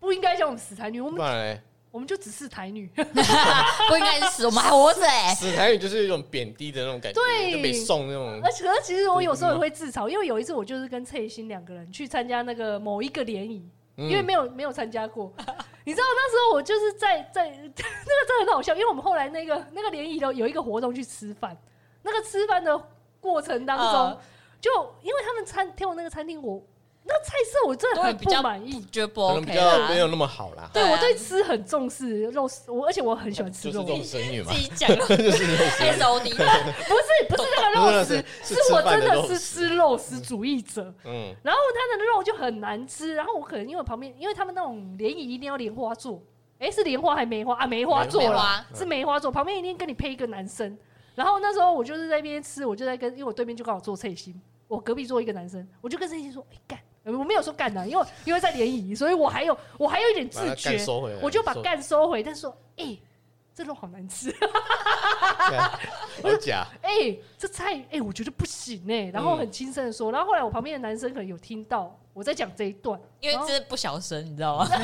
A: 不应该讲我们死台女，我
B: 不
A: 们
B: 然嘞，
A: 我们就只是台女。
C: 嗯不应该是死，我们还活着哎、
B: 死台语就是一种贬低的那种感觉，
A: 对
B: 就被送那种
A: 而。且，而且其实我有时候也会自嘲，因为有一次我就是跟蔡欣两个人去参加那个某一个联谊，因为
B: 嗯
A: 没有没有参加过。 你知道那时候我就是在在 那个真的很好笑，因为我们后来那个那个联谊的有一个活动去吃饭，那个吃饭的过程当中，
C: 嗯
A: 就因为他们餐听我那个餐厅，我那个菜色我真的
C: 对
A: 很
C: 比
A: 不
C: 较
A: 满意。
C: 觉得不
B: 可能
C: OK
B: 比较
C: 啦
B: 没，有那么好啦，
A: 对
C: 对啊
A: 我对吃很重视，肉食我而且我很喜欢
B: 就
A: 吃
B: 是
A: 肉
B: 这，种神女嘛
C: 哦自，己讲 S O D，
B: 啊
A: 不是不是那个 肉食，
B: 是
A: 是我
B: 吃饭
A: 真
B: 的
A: 的
B: 肉
A: 是
B: 食
A: 吃肉食主义者。
B: 嗯，
A: 然后它的肉就很难吃，然后我可能因为旁边，因为他们那种联谊一定要莲花座，哎，是莲花还梅花啊？梅花座
C: 梅
A: 啦，
C: 花，
A: 是梅花座，旁边一定跟你配一个男生。然后那时候我就是在那边吃，我就在跟，因为我对面就刚好坐蔡心，我隔壁坐一个男生，我就跟蔡心说，哎干，呃我没有说干的，因为因为在联谊，所以我还有我还有一点自
B: 把它
A: 觉
B: 干，收回来，
A: 我就把
B: 收
A: 干收回，但是说，哎，这肉好难吃。
B: 好假，
A: 哎、这菜哎、我觉得不行哎、然
B: 嗯
A: 后很轻声的说，然后后来我旁边的男生可能有听到我在讲这一段，
C: 因为
A: 然后
C: 这是不小声，你知道
A: 我
C: 吗？自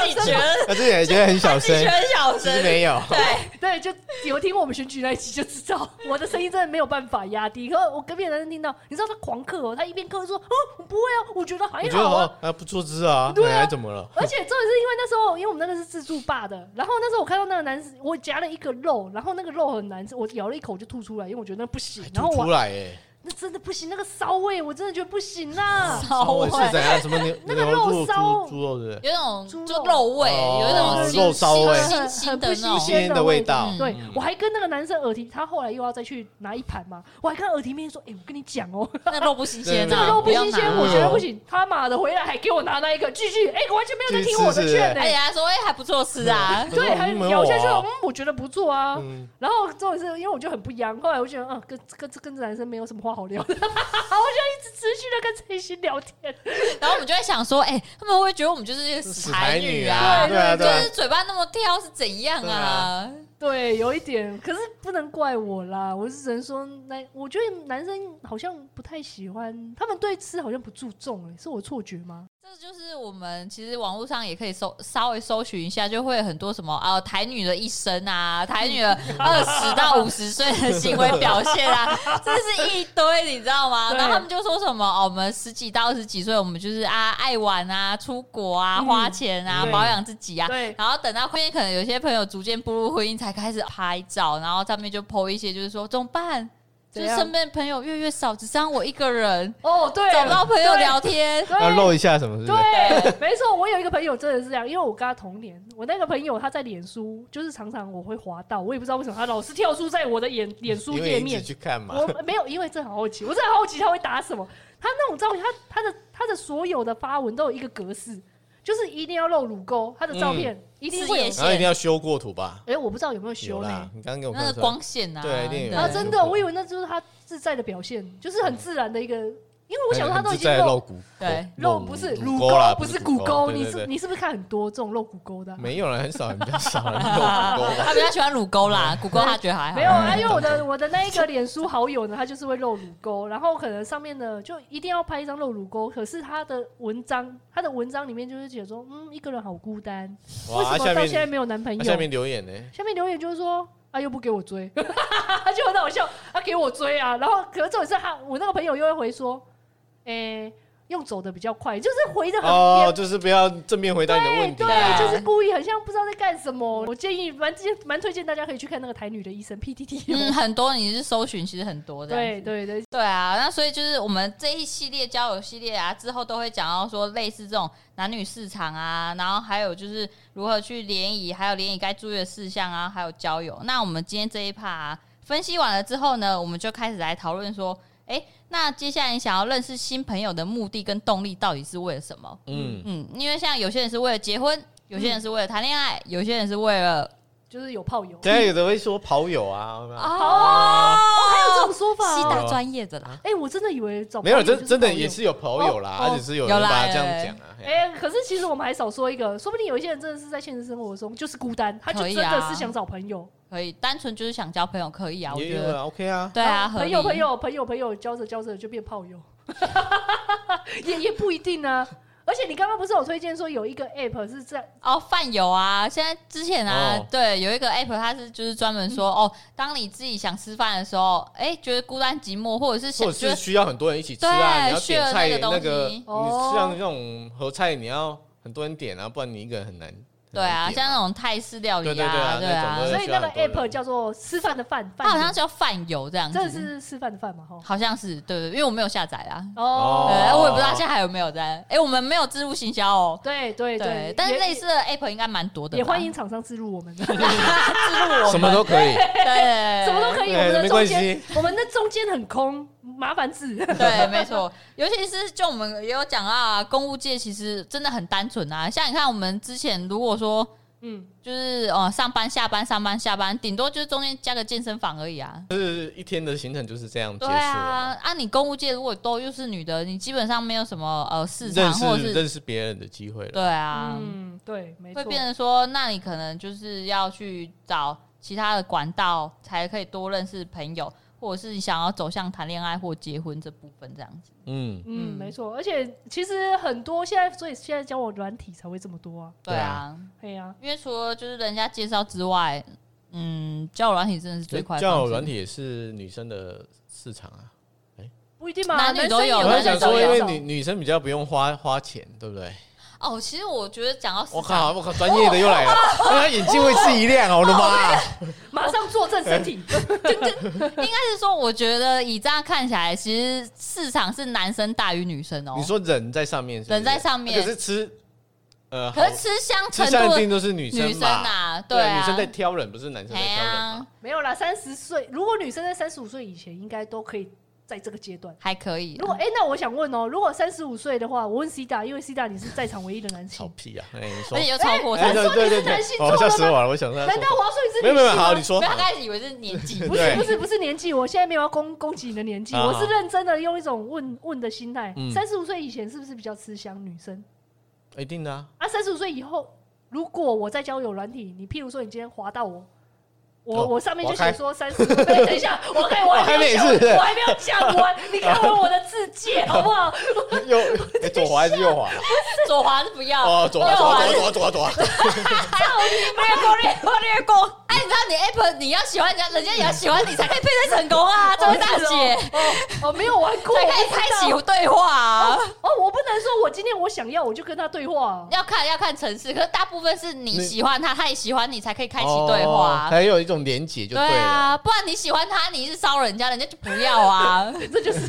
A: 不
C: 己
A: 小
C: 觉
A: 声，
C: 得
B: 那之前也觉得很哦小
C: 自
B: 声
C: 己觉，得很小
B: 其实
C: 声，
B: 没有，
A: 对，
C: 对，
A: 就有听我们选举那一集就知道，我的声音真的没有办法压低。可我隔壁的男生听到，你知道他狂咳哦，他一边咳说，哦，我不会啊，我觉得还
B: 我觉得
A: 好啊。
B: 哦，还不错吃啊，
A: 对啊
B: 还怎么了？
A: 而且重点是因为那时候，因为我们那个是自助吧的，然后那时候我看到那个男生，我夹了一个肉，然后那个肉很难吃，我咬了一口就吐出来，因为我觉得那不行
B: 还。
A: 然后
B: 吐出
A: 我
B: 来哎，
A: 那真的不行，那个骚味我真的觉得不行啊啦。
B: 哦
C: 会
B: 是怎样？什么牛
A: 那个
B: 牛
A: 肉
B: 肉
A: 烧
B: 猪猪肉的，
C: 有一种
A: 猪肉
C: 就肉味，
B: 哦
C: 有一种新
B: 肉烧味
C: 新新的那
A: 很不
C: 种
A: 新。鲜
B: 鲜
A: 的
B: 的
A: 味
B: 味道，
C: 嗯
A: 对我还跟那个男生耳提，他后来又要再去拿一盘嘛，我还跟耳提面说，哎、我跟你讲哦、
C: 那肉不新鲜啊，
B: 这个
A: 肉不
C: 要
A: 新鲜，
C: 拿
A: 我觉得
B: 嗯
A: 不行。他妈的回来还给我拿那一个，继续，哎、完全没有在
B: 继续
A: 听我的
B: 吃
A: 劝呢、
C: 而且还说哎还不错吃啊，
A: 对，还
B: 嗯没有
A: 咬下去，
B: 啊
A: 嗯，我觉得不错啊。
B: 嗯，
A: 然后重点是因为我就很不一样，后来我觉得，嗯，跟跟跟这男生没有什么话好聊的， 我就一直持续的跟陈欣聊天。
C: 然后我们就会想说，哎，他们会不会觉得我们就是死台女啊？
B: 啊，对啊
C: 就
B: 对啊
C: 是，嘴巴那么挑是怎样
B: 对
C: 啊
B: 啊？
A: 对，有一点，可是不能怪我啦，我是只能说，那我觉得男生好像不太喜欢，他们对吃好像不注重、哎，是我错觉吗？
C: 这就是我们其实网络上也可以搜稍微搜寻一下，就会有很多什么啊、呃台女的一生啊，台 女的二十到五十岁的行为表现啊，这是一堆，你知道吗？
A: 对
C: 然后他们就说什么哦，我们十几到二十几岁，我们就是啊爱玩啊、出国啊、
A: 嗯
C: 花钱啊、
B: 对
C: 保养自己啊。
A: 对，
C: 然后等到婚姻，可能有些朋友逐渐步入婚姻，才开始拍照，然后上面就 PO 一些，就是说怎么办？
A: 怎
C: 就是
A: 样
C: 身边朋友越来越少，只剩下我一个人，
A: 哦，对，
C: 找不到朋友聊天。
A: 对，
B: 要啊露一下什么？是不是？
A: 对，没错，我有一个朋友真的是这样，因为我跟他同年，我那个朋友他在脸书，就是常常我会滑到，我也不知道为什么他老是跳出在我的眼脸书
B: 因
A: 页
B: 为你一
A: 面
B: 直。去看嘛，
A: 我没有，因为真的很好奇，我真的好奇他会打什么。他那种照片，他他的他的所有的发文都有一个格式，就是一定要露乳沟，他的照片、
B: 嗯
A: 一定会有
C: 事业。线
B: 然后一定要修过图吧？
A: 哎、我不知道有没有修
B: 有啦
A: 呢？，
B: 你刚刚给我
C: 那
B: 看
C: 个
B: 出来，
C: 光线啊，
B: 对一定有
A: 啊，
B: 对
A: 真的，我以为那就是他自在的表现，就是很自然的一个，因为我想说他都已经
B: 在
A: 露
B: 露骨，
C: 对
A: 肉不是乳
B: 乳
A: 沟
B: 沟啦，，
A: 不是
B: 骨
A: 骨沟，
B: 对
A: 你
B: 对
A: 是
B: 对
A: 你是不是看很多这种露骨沟的啊？
B: 没有人很少人比较少 人露
A: 啊
B: 骨沟吧？
C: 他比较喜欢乳沟啦，
B: 嗯
C: 骨沟他觉得还好。
A: 没有啊，因为 我的我的那一个脸书好友呢，他就是会露乳沟，然后可能上面的就一定要拍一张露乳沟，可是他的文章，他的文章里面就是写说，嗯，一个人好孤单，为
B: 哇，
A: 什
B: 啊
A: 么
B: 下
A: 到现在
B: 面
A: 没有男朋
B: 啊
A: 友？
B: 下面留言呢？
A: 下面留言就是说，啊，又不给我追， 就啊很好笑，他、给我追啊，然后可是重点是他，我那个朋友又会回说，诶、用走的比较快，就是回的很
B: 哦，
A: 偏。
B: 就是不要正面回答你的
A: 对
B: 问题。
C: 啊
A: 对，就是故意很像不知道在干什么。我建议蛮蛮推荐大家可以去看那个台女的医生 PTT。
C: 嗯，很多你是搜寻，其实很多的。
A: 对对对，
C: 对啊，那所以就是我们这一系列交友系列啊，之后都会讲到说类似这种男女市场啊，然后还有就是如何去联谊，还有联谊该注意的事项啊，还有交友。那我们今天这一趴、啊、分析完了之后呢，我们就开始来讨论说，诶，那接下来你想要认识新朋友的目的跟动力到底是为了什么？
B: 嗯，
C: 嗯，因为像有些人是为了结婚，有些人是为了谈恋爱，
B: 嗯
C: 有些人是为了
A: 就是有炮友，
B: 等下有的会说跑友啊，哦有没有
C: 哦
A: 还哎有这种说
C: 西
A: 法。哦
C: 大专业的啦。
A: 哎，我真的以为
C: 哦
A: 找
B: 没有，
A: 炮友
B: 真
A: 就是
B: 真的
A: 炮友
B: 也是有跑友啦，
A: 哦哦
B: 而且是有
C: 有
B: 人
C: 啦
B: 把
C: 有
B: 它这样
C: 有
B: 讲啊。嘿
A: 哎、可是其实我们还少说一个，说不定有一些人真的是在现实生活中就是孤单，他就
C: 可以
A: 真
C: 啊
A: 的是想找朋友，
C: 可以，单纯就是想交朋友可以啊，我
B: 也
C: 觉
B: 有
C: 得。
B: 啊，OK 啊，
C: 对啊，
A: 然后哦
C: 合
A: 朋
C: 理
A: 友朋友朋友朋友交着交着就变炮友， 也也不一定啊。而且你刚刚不是有推荐说有一个 app 是在
C: 哦，饭友啊，现在之前啊，
B: 哦
C: 对，有一个 app，它是就是专门说、哦，当你自己想吃饭的时候，哎、觉得孤单寂寞，或者是
B: 或
C: 想
B: 者
C: 就是
B: 需要很多人一起吃啊，
C: 对
B: 你要点菜那
C: 需要那个东
B: 个，
C: 西
B: 你
A: 哦
B: 像那种合菜，你要很多人点啊，不然你一个人很难。
C: 对啊，
B: 很难点
C: 像那种泰式料理
B: 对对对
C: 啊，
B: 啊
C: 对
B: 那种
C: 啊
B: 的，
A: 所以那个
B: 需要很多
A: app
B: 人
A: 叫做吃饭的饭，
C: 它好像
A: 饭
C: 叫饭友这样
A: 友
C: 子，
A: 真的是吃饭的饭嘛哈。
C: 好像是对对，因为我没有下载啊，
B: 哦
C: 呃，我也不知道现在还有没有在，哎、我们没有植入行销哦，
A: 对对
C: 对，但是
A: 也
C: 类似的 app 应该蛮多的吧，
A: 也 欢迎厂商植入我们，什
C: 植入我们，
B: 什么都可 以，
C: 对，
A: 么都可以，我们的
B: 没
A: 中
B: 关
A: 间
B: 系
A: 我们的中间很空，麻烦 字。
C: 对，没错，尤其是就我们也有讲啊，公务界其实真的很单纯啊。像你看，我们之前如果说
A: 嗯，
C: 就是呃上班下班上班下班，顶多就是中间加个健身房而已啊。
B: 就是一天的行程就是这样结
C: 对
B: 束了嘛。
C: 啊，啊，你公务界如果都又是女的，你基本上没有什么呃市场
B: 认识
C: 或者是
B: 认识别人的机会了。
C: 对啊，
A: 嗯，对，没
C: 会
A: 错。
C: 变成说，那你可能就是要去找其他的管道，才可以多认识朋友，或者是你想要走向谈恋爱或结婚这部分这样子。
B: 嗯，
A: 嗯，
C: 嗯
A: 没错，而且其实很多现在，所以现在交友软体才会这么多啊。
C: 对
B: 对
C: 啊
B: 啊。
A: 对呀、
C: 因为除了就是人家介绍之外，嗯，交友软体真的是最快的方式。
B: 交友软体也是女生的市场啊。
A: 不一定嘛，
C: 男女都有
A: 生
B: 我
A: 也
B: 在
C: 男
B: 想
C: 女都
B: 说，因
C: 有
B: 为女女生比较不用花花钱，对不对？
C: 哦，其实我觉得讲到市
B: 我
C: 场，
B: 靠，我靠，专业的又 来了，他眼睛为之一亮啊！我的妈啊！
A: 马上坐正身 体。
C: 应该是说，我觉得以这样看起来，其实市场是男生大于女生哦。
B: 你说人在上面是不是，
C: 人在上面
B: 可是吃，呃，
C: 可是吃香
B: 吃
C: 程
B: 相
C: 度
B: 一定
C: 的
B: 都是女
C: 女
B: 生
C: 生
B: 吧？
C: 啊，
B: 对
C: 啊，
B: 女生在挑人，不是男生在
C: 哎
B: 挑人
C: 呀
B: 嘛。
A: 没有啦，三十岁，如果女生在三十五岁以前，应该都可以在这个阶段。
C: 还可以啊。
A: 如果哎、那我想问哦、如果三十五岁的话，我问 C 大，因为 C 大你是在场唯一的男
B: 草
A: 性，
B: 屁啊！哎，你说
C: 而且，又超过
B: 哎
C: 三
A: 哎
C: 十，
B: 对
A: 那说
B: 对
A: 你
B: 对
A: 是男
B: 对
A: 性，座
B: 哦
A: 了吗
B: 吓死我了！我想说他
A: 难
B: 说
A: 道我要说你是
B: 没有
A: 女
B: 没有，
A: 性
B: 好，
A: 吗
B: 你？说
C: 没有，他开始以为是年纪，
A: 不是不是不是年纪，我现在没有要攻攻击你的年纪，
B: 啊
A: 我是认真的用一种问问的心态
B: 嗯。
A: 三十五岁以前是不是比较吃香女生？
B: 一定的啊，
A: 啊，三十五岁以后，如果我在交友软体，你譬如说你今天滑到我，我、
B: 哦
A: 我上面就
B: 我
A: 写
B: 开
A: 说三十，对，等一下，我还我还没有
B: 我还没是不
A: 讲，
B: 是
A: 我还没有讲完，你看完我的字界好不好？
B: 右哎左滑还是右滑？
C: 左滑是不要，
B: 哦，左滑
C: 右
B: 左
C: 滑
B: 滑
C: 是
B: 左滑左滑左滑，
C: 略过略过略过。哎，你知道你 app 你要喜欢人家，人家也要喜欢你才可以配对成功啊，这位大姐。
A: 我哦没有玩过，
C: 才
A: 我
C: 可以
A: 不知
C: 开
A: 道
C: 启对话、啊。
A: 哦，我不能说我今天我想要我就跟他对话啊、
C: 要看要看城市，可是大部分是你
B: 你
C: 喜欢他，他也喜欢你，才可以开启对话啊、
B: 哦还有一种连结就
C: 对
B: 对了，
C: 啊，不然你喜欢他，你一直骚扰人家，人家就不要啊，
A: 这就是，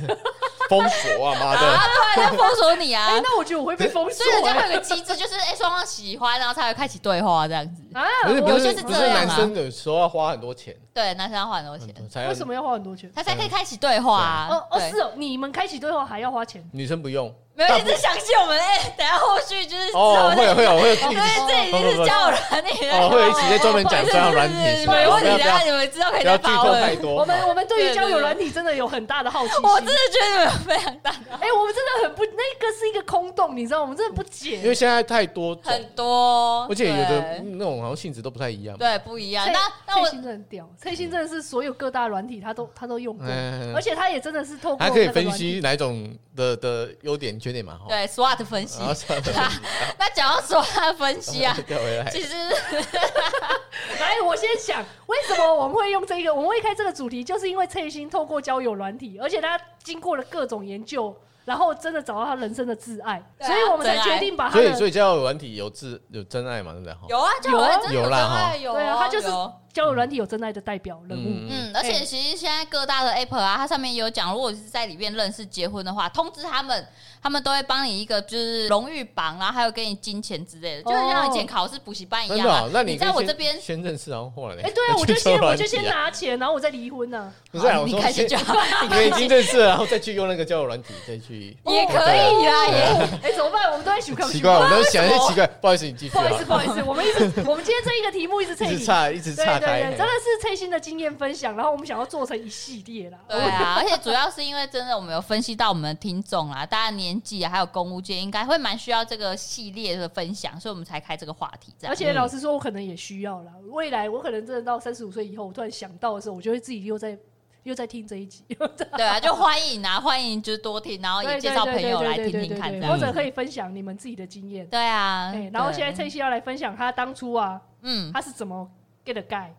B: 封锁啊妈
C: 啊，
B: 的！
C: 不然就封锁你
A: 哎、
C: 啊。
A: 那我觉得我会被封锁
C: 所以人
A: 欸、
C: 家会有个机制，就是哎，双、方喜欢，然后才会开启对话这样子。
A: 啊，
B: 不是
A: 我
B: 不
C: 有些
B: 是
C: 是
B: 不
C: 这
B: 是
C: 样啊
B: 男生有时候要花很多钱，
C: 对，男生要花很多钱，
B: 才
A: 为什么要花很多钱？
C: 他才可以开启对话、啊。
A: 哦哦，
C: 对
A: 是哦，你们开启对话还要花钱。
B: 女生不 用？
C: 没有
B: 大
C: 一直详细我们哎、等一下后续就是
B: 哦，会有会有会有
C: 因为这已经
B: 不不
C: 是
B: 不
C: 交友软体了，
B: 哦，会有一起在专门讲这样软体
C: 是是是
B: 是
C: 没
B: 吧，
C: 问题，
B: 不要不
C: 然
B: 要
C: 后你们之后可以
B: 不
C: 再
B: 要剧
C: 发
B: 透太
C: 问。
B: 多。
A: 我们我们对
C: 对
A: 于交友
C: 对
A: 软体真的有很大的好奇心，
C: 我真的觉得你们非常大的
A: 哎、我们真的很不，那个是一个空洞，你知道，我们真的不解。
B: 因为现在太多种，
C: 很多，
B: 而且有的
C: 对
B: 那种好像性质都不太一样。
C: 对不一样。
A: 蔡
C: 那那
A: 蔡
C: 我
A: 心真的很屌，蔡心真的是所有各大软体他都他都用过，
B: 嗯
A: 而且他也真的是透过
B: 还可以
A: 那个
B: 分
A: 软
B: 析
A: 体，
B: 哪一种的的优点缺点嘛？哈，
C: 对 SWOT 分析
B: 然，后算了
C: 那讲到 SWOT 分 析啊，
B: 调回来
C: 其。实
A: 来，哎我先想为什么我们会用这个，我们会开这个主题，就是因为蔡心透过交友软体，而且他经过了各种研究。然后真的找到他人生的挚爱，
C: 对啊
A: 所以我们才
C: 真爱
A: 决定把他
B: 所以所
A: 的
B: 以交友软体有自有真爱嘛，对不对？哈
C: 有啊，就
A: 有啊
C: 真的有
B: 有啦
C: 真爱
B: 哈
C: 有
A: 对啊
C: 哦，
A: 他就是
C: 有
A: 交友软体有真爱的代表人物。
C: 嗯，而且
A: 哎
C: 其实现在各大的 app 啊，它上面也有讲，如果是在里面认识结婚的话，通知他们，他们都会帮你一个就是荣誉榜，然后还有给你金钱之类的，就是
A: 哦
C: 像以前考试补习班一
B: 真
C: 样
B: 的
C: 啊
B: 哦。，那
C: 你
B: 可以
C: 在我
B: 先
C: 这边，
B: 先认识，然后后来
A: 哎、对 啊，我 就
B: 去交友
A: 先我
B: 软
A: 就先
B: 体啊，
A: 拿钱，然后我再离婚呢、
B: 不是啊，
C: 哦
B: 我
C: 你
B: 说
C: 开心就
B: 先
C: 好，
B: 你们已经认识了，然后再去用那个交友软体再去，
C: 也可以啦，也
A: 哎、怎么办？我们都在数看
B: 奇怪，我都想一
C: 为
B: 些
C: 什么
B: 奇怪，不好意思，你继续
A: 不好意
B: 啊
A: 思，，不好意思，我们一 直我们今天这一个题目一直
B: 一
A: 在
B: 直岔一直
A: 对
B: 岔
A: 对对，
B: 开
A: 真，的是翠心的经验分享，然后我们想要做成一系列啦。
C: 对啊，而且主要是因为真的，我们有分析到我们的听众啦，大家年纪啊，还有公务界，应该会蛮需要这个系列的分享，所以我们才开这个话题。这样
A: 而，且老实说，我可能也需要啦。未来我可能真的到三十五岁以后，我突然想到的时候，我就会自己又在又在听这一集，
C: 对啊，就欢迎啊，欢迎就是多听，然后哦也
A: 对
C: 介绍
A: 对
C: 朋
A: 对
C: 友
A: 对
C: 来
A: 对
C: 听
A: 对
C: 听
A: 对
C: 看，
A: 对
C: 这
A: 或
C: 样。
A: 者可以分享你们自己的经验。
C: 对啊
A: 哎，，然后现在
C: 对
A: 翠西要来分享她当初啊，
C: 嗯，
A: 她是怎么 get a guy。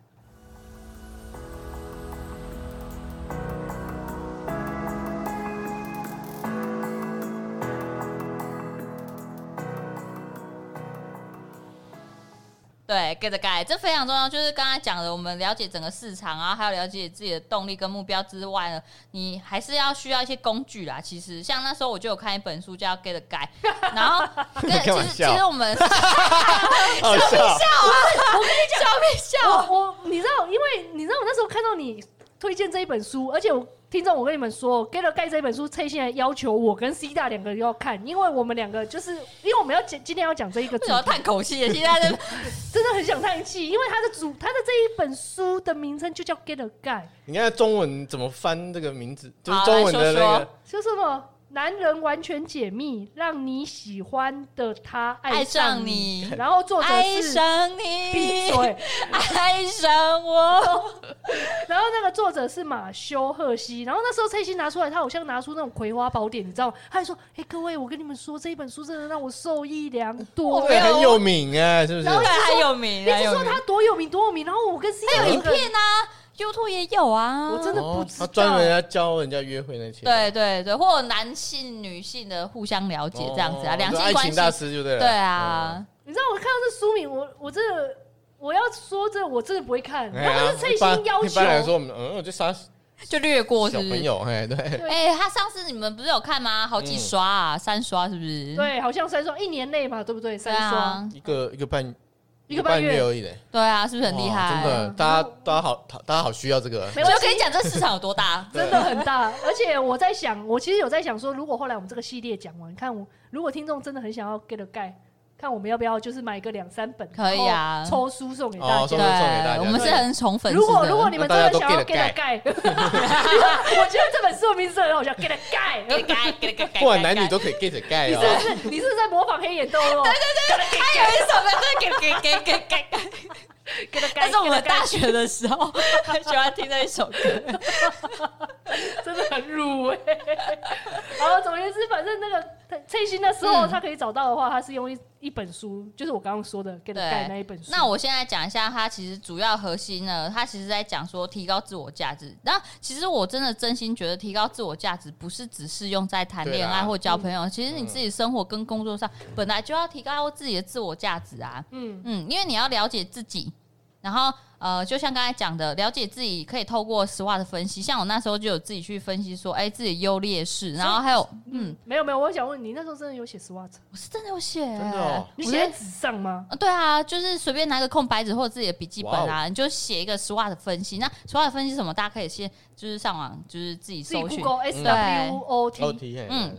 C: 对，get the guy，这非常重要。就是刚才讲的，我们了解整个市场，然后还有了解自己的动力跟目标之外呢，你还是要需要一些工具啦。其实，像那时候我就有看一本书叫《get the guy》，然后跟
B: 干嘛
C: 其实
B: 笑
C: 其实我们笑
B: 好笑，
C: 没笑？
A: 我我你知道，因为你知道我那时候看到你推荐这一本书，而且我听众我跟你们说，《Get a Guy》这一本书，崔现在要求我跟 C 大两个要看，因为我们两个就是因为我们要讲今天要讲这一个
C: 为
A: 主
C: 什么
A: 题，
C: 叹口气？现在是
A: 真的很想叹气，因为他的主他的这一本书的名称就叫《Get a Guy
B: 你看中文怎么翻这个名字，就是
C: 好
B: 中文
C: 来
B: 的
C: 说
B: 那
C: 说
B: 个，》，
A: 说什么？男人完全解密，让你喜欢的他
C: 爱
A: 爱
C: 上
A: 上
C: 你
A: 然后作者
C: 爱
A: 是
C: 上
A: 闭
C: 你，
A: 嘴。
C: 爱上我，
A: 然后那个作者是马修赫西，然后那时候蔡欣拿出来，他好像拿出那种葵花宝典，你知道吗？他还说：“哎、各位，我跟你们说，这一本书真的让我受益良多
C: 我。
B: 这个很有名哎，是不是
A: 然？后
C: 对，还有
A: 一
C: 名，还
A: 直
C: 哦有
A: 说
C: 名
A: 他，多有名多有名，然后我跟 C E
C: 还有
A: 有
C: 影片啊，YouTube 也有啊，
A: 我真的不
B: 哦
A: 知
B: 他
A: 道
B: 专门要教人家约会那些，
C: 对对对，或者男性、女性的互相了解这样子啊，
B: 哦
C: 两、
B: 就
C: 性
B: 爱
C: 关
B: 情大
C: 系，
B: 师就对了，哦
C: 对啊，
A: 你知道我看到这书名，我我真的我要说这我真的不会看，
B: 嗯。
A: 然
B: 哎
A: 后那
B: 呀
A: 是蔡
B: 一般
A: 欣要
B: 一
A: 求
B: 般。来说，我们嗯，我就杀小
C: 就略过是不
B: 朋
C: 是？
B: 友，哎，对，
C: 哎、他上次你们不是有看吗？好几
B: 嗯
C: 刷啊，三刷是不是？
A: 对，好像三双一年内嘛，对不对？
C: 对
A: 三双、
C: 啊，
B: 一个一个半
A: 一个半月
B: 而已嘞，
C: 对啊，是不是很厉
B: 哇
C: 害？
B: 真的，大家大家好，大家好需要这个，
A: 没
C: 所以
A: 关
C: 我
A: 系？
C: 跟你讲，这市场有多大
A: 真的很大。而且我在想，我其实有在想说，如果后来我们这个系列讲完，看我如果听众真的很想要 get a guy，看我们要不要就是买个两三本，
C: 可以啊
A: 然后抽书送给大
B: 哦
A: 家。
B: 送送给大家
C: 我们是很宠粉丝的。
A: 如果如果你们真的想要
B: 那
A: get
B: 大
A: a
B: 家
A: guy，我觉得这本书的名字很好笑，get a
B: 哎
A: guy。
B: 不
C: 不
B: 管男女都可以 get 盖
A: 你是
B: 哦。
A: 不是你是不是在模仿黑眼豆肉？对
C: 还有一首歌是给给给给给，
A: 对，get a guy。
C: 但是我们大学的时候很喜欢听那一首歌。
A: 真的很入味。 然后总而言之，反正那个翠心那时候
C: 嗯
A: 他可以找到的话，他是用一一本书，就是我刚刚说的 get a
C: 对
A: guy 那一本书。
C: 那我现在讲一下，它其实主要核心呢，它其实在讲说提高自我价值。那其实我真的真心觉得，提高自我价值不是只适用在谈恋
B: 对啊嗯
C: 爱
B: 啦
C: 或交朋友，其实你自己生活跟工作上本来就要提高自己的自我价值啊。
A: 嗯，
C: 嗯，因为你要了解自己，然后呃，就像刚才讲的，了解自己可以透过实话的分析。像我那时候就有自己去分析说，哎、自己优劣势，然后还有嗯，
A: 没有没有，我想问你，那时候真的有写 SWOT？
C: 我是真的有写、
B: 真的哦
A: 你
C: 我
A: 写
C: 在
A: 在纸上吗？
C: 呃对啊，就是随便拿个空白纸或者自己的笔记本
B: 哇
C: 啊，你就写一个 SWOT 分析。那 SWOT 分析是什么，大家可以先就是上网就是自己
A: 自己
C: 搜寻。
A: Google S W O T，
B: T，
C: 嗯
B: 嗯，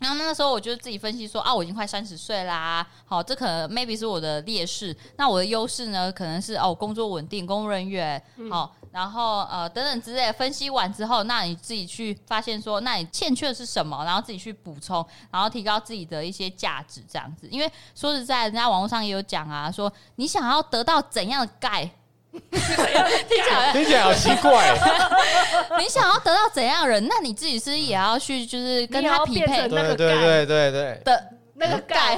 C: 然后那个时候我就自己分析说，啊，我已经快三十岁啦，好，这可能 maybe 是我的劣势。那我的优势呢，可能是哦，工作稳定，公务人员，好，然后呃等等之类的。分析完之后，那你自己去发现说，那你欠缺的是什么，然后自己去补充，然后提高自己的一些价值，这样子。因为说实在，人家网络上也有讲啊，说你想要得到怎样的钙，听起来好像
B: 听起来好奇怪，
C: 你想要得到怎样的人，那你自己是不是也要去就是跟
A: 你也
C: 他
A: 要
C: 匹
A: 变
C: 配
A: 成。那个
B: 对对对对对，
C: 的
A: 那个盖，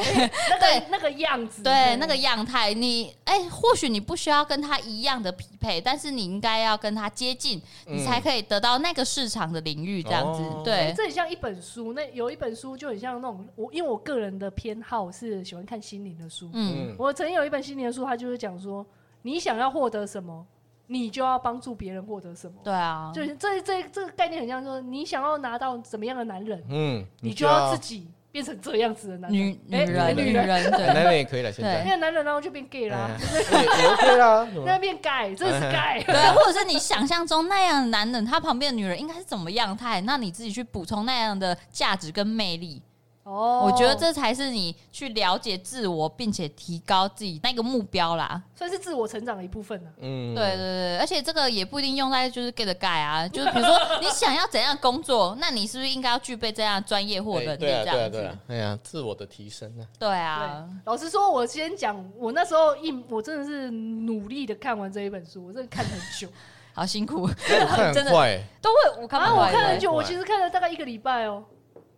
A: 那个那个样子，
C: 对那个样态，你哎、或许你不需要跟他一样的匹配，但是你应该要跟他接近，
B: 嗯
C: 你才可以得到那个市场的领域这样子。
B: 哦
C: 对，
A: 哎这很像一本书，那有一本书就很像那种我，因为我个人的偏好是喜欢看心灵的书。
C: 嗯，
B: 嗯，
A: 我曾经有一本心灵的书，它就是讲说，你想要获得什么，你就要帮助别人获得什么。
C: 对啊，
A: 就是这这这个概念很像说，你想要拿到怎么样的男人，
B: 嗯，
A: 你就要自己变成这样子的男人。
C: 女女
A: 哎
C: 人
B: 女
C: 女
A: 人
C: 人
B: 男
C: 对，
B: 人也可以了，现
A: 因
B: 在
A: 为男人然后就变 gay 啦
B: 哎，也 OK 啦，什
A: 那
B: 么
A: 变 gay，这是 gay。
C: 对，或者是你想象中那样的男人，他旁边的女人应该是怎么样态？那你自己去补充那样的价值跟魅力，
A: 哦
C: 我觉得这才是你去了解自我，并且提高自己那个目标啦。
A: 算是自我成长的一部分了。啊
B: 嗯，
C: 对对对，而且这个也不一定用在就是 get 盖啊， 就是比如说你想要怎样工作，那你是不是应该要具备这样的专业或能
B: 哎
C: 力
B: 对
C: 这
B: 啊，对啊，
C: 样
B: 对
C: 子
B: 啊？，哎呀，自我的提升呢，
C: 对啊，
A: 对，老实说，我先讲，我那时候一，我真的是努力的看完这一本书，我真的看很久，
C: 好辛苦，
B: 我看
C: 哦
B: 很
C: 真的
B: 快，
C: 都会 我看
A: 啊，
C: 不
A: 我
C: 完
A: 看
C: 的
A: 很久，
B: 快
A: 我其实看了大概一个礼拜哦、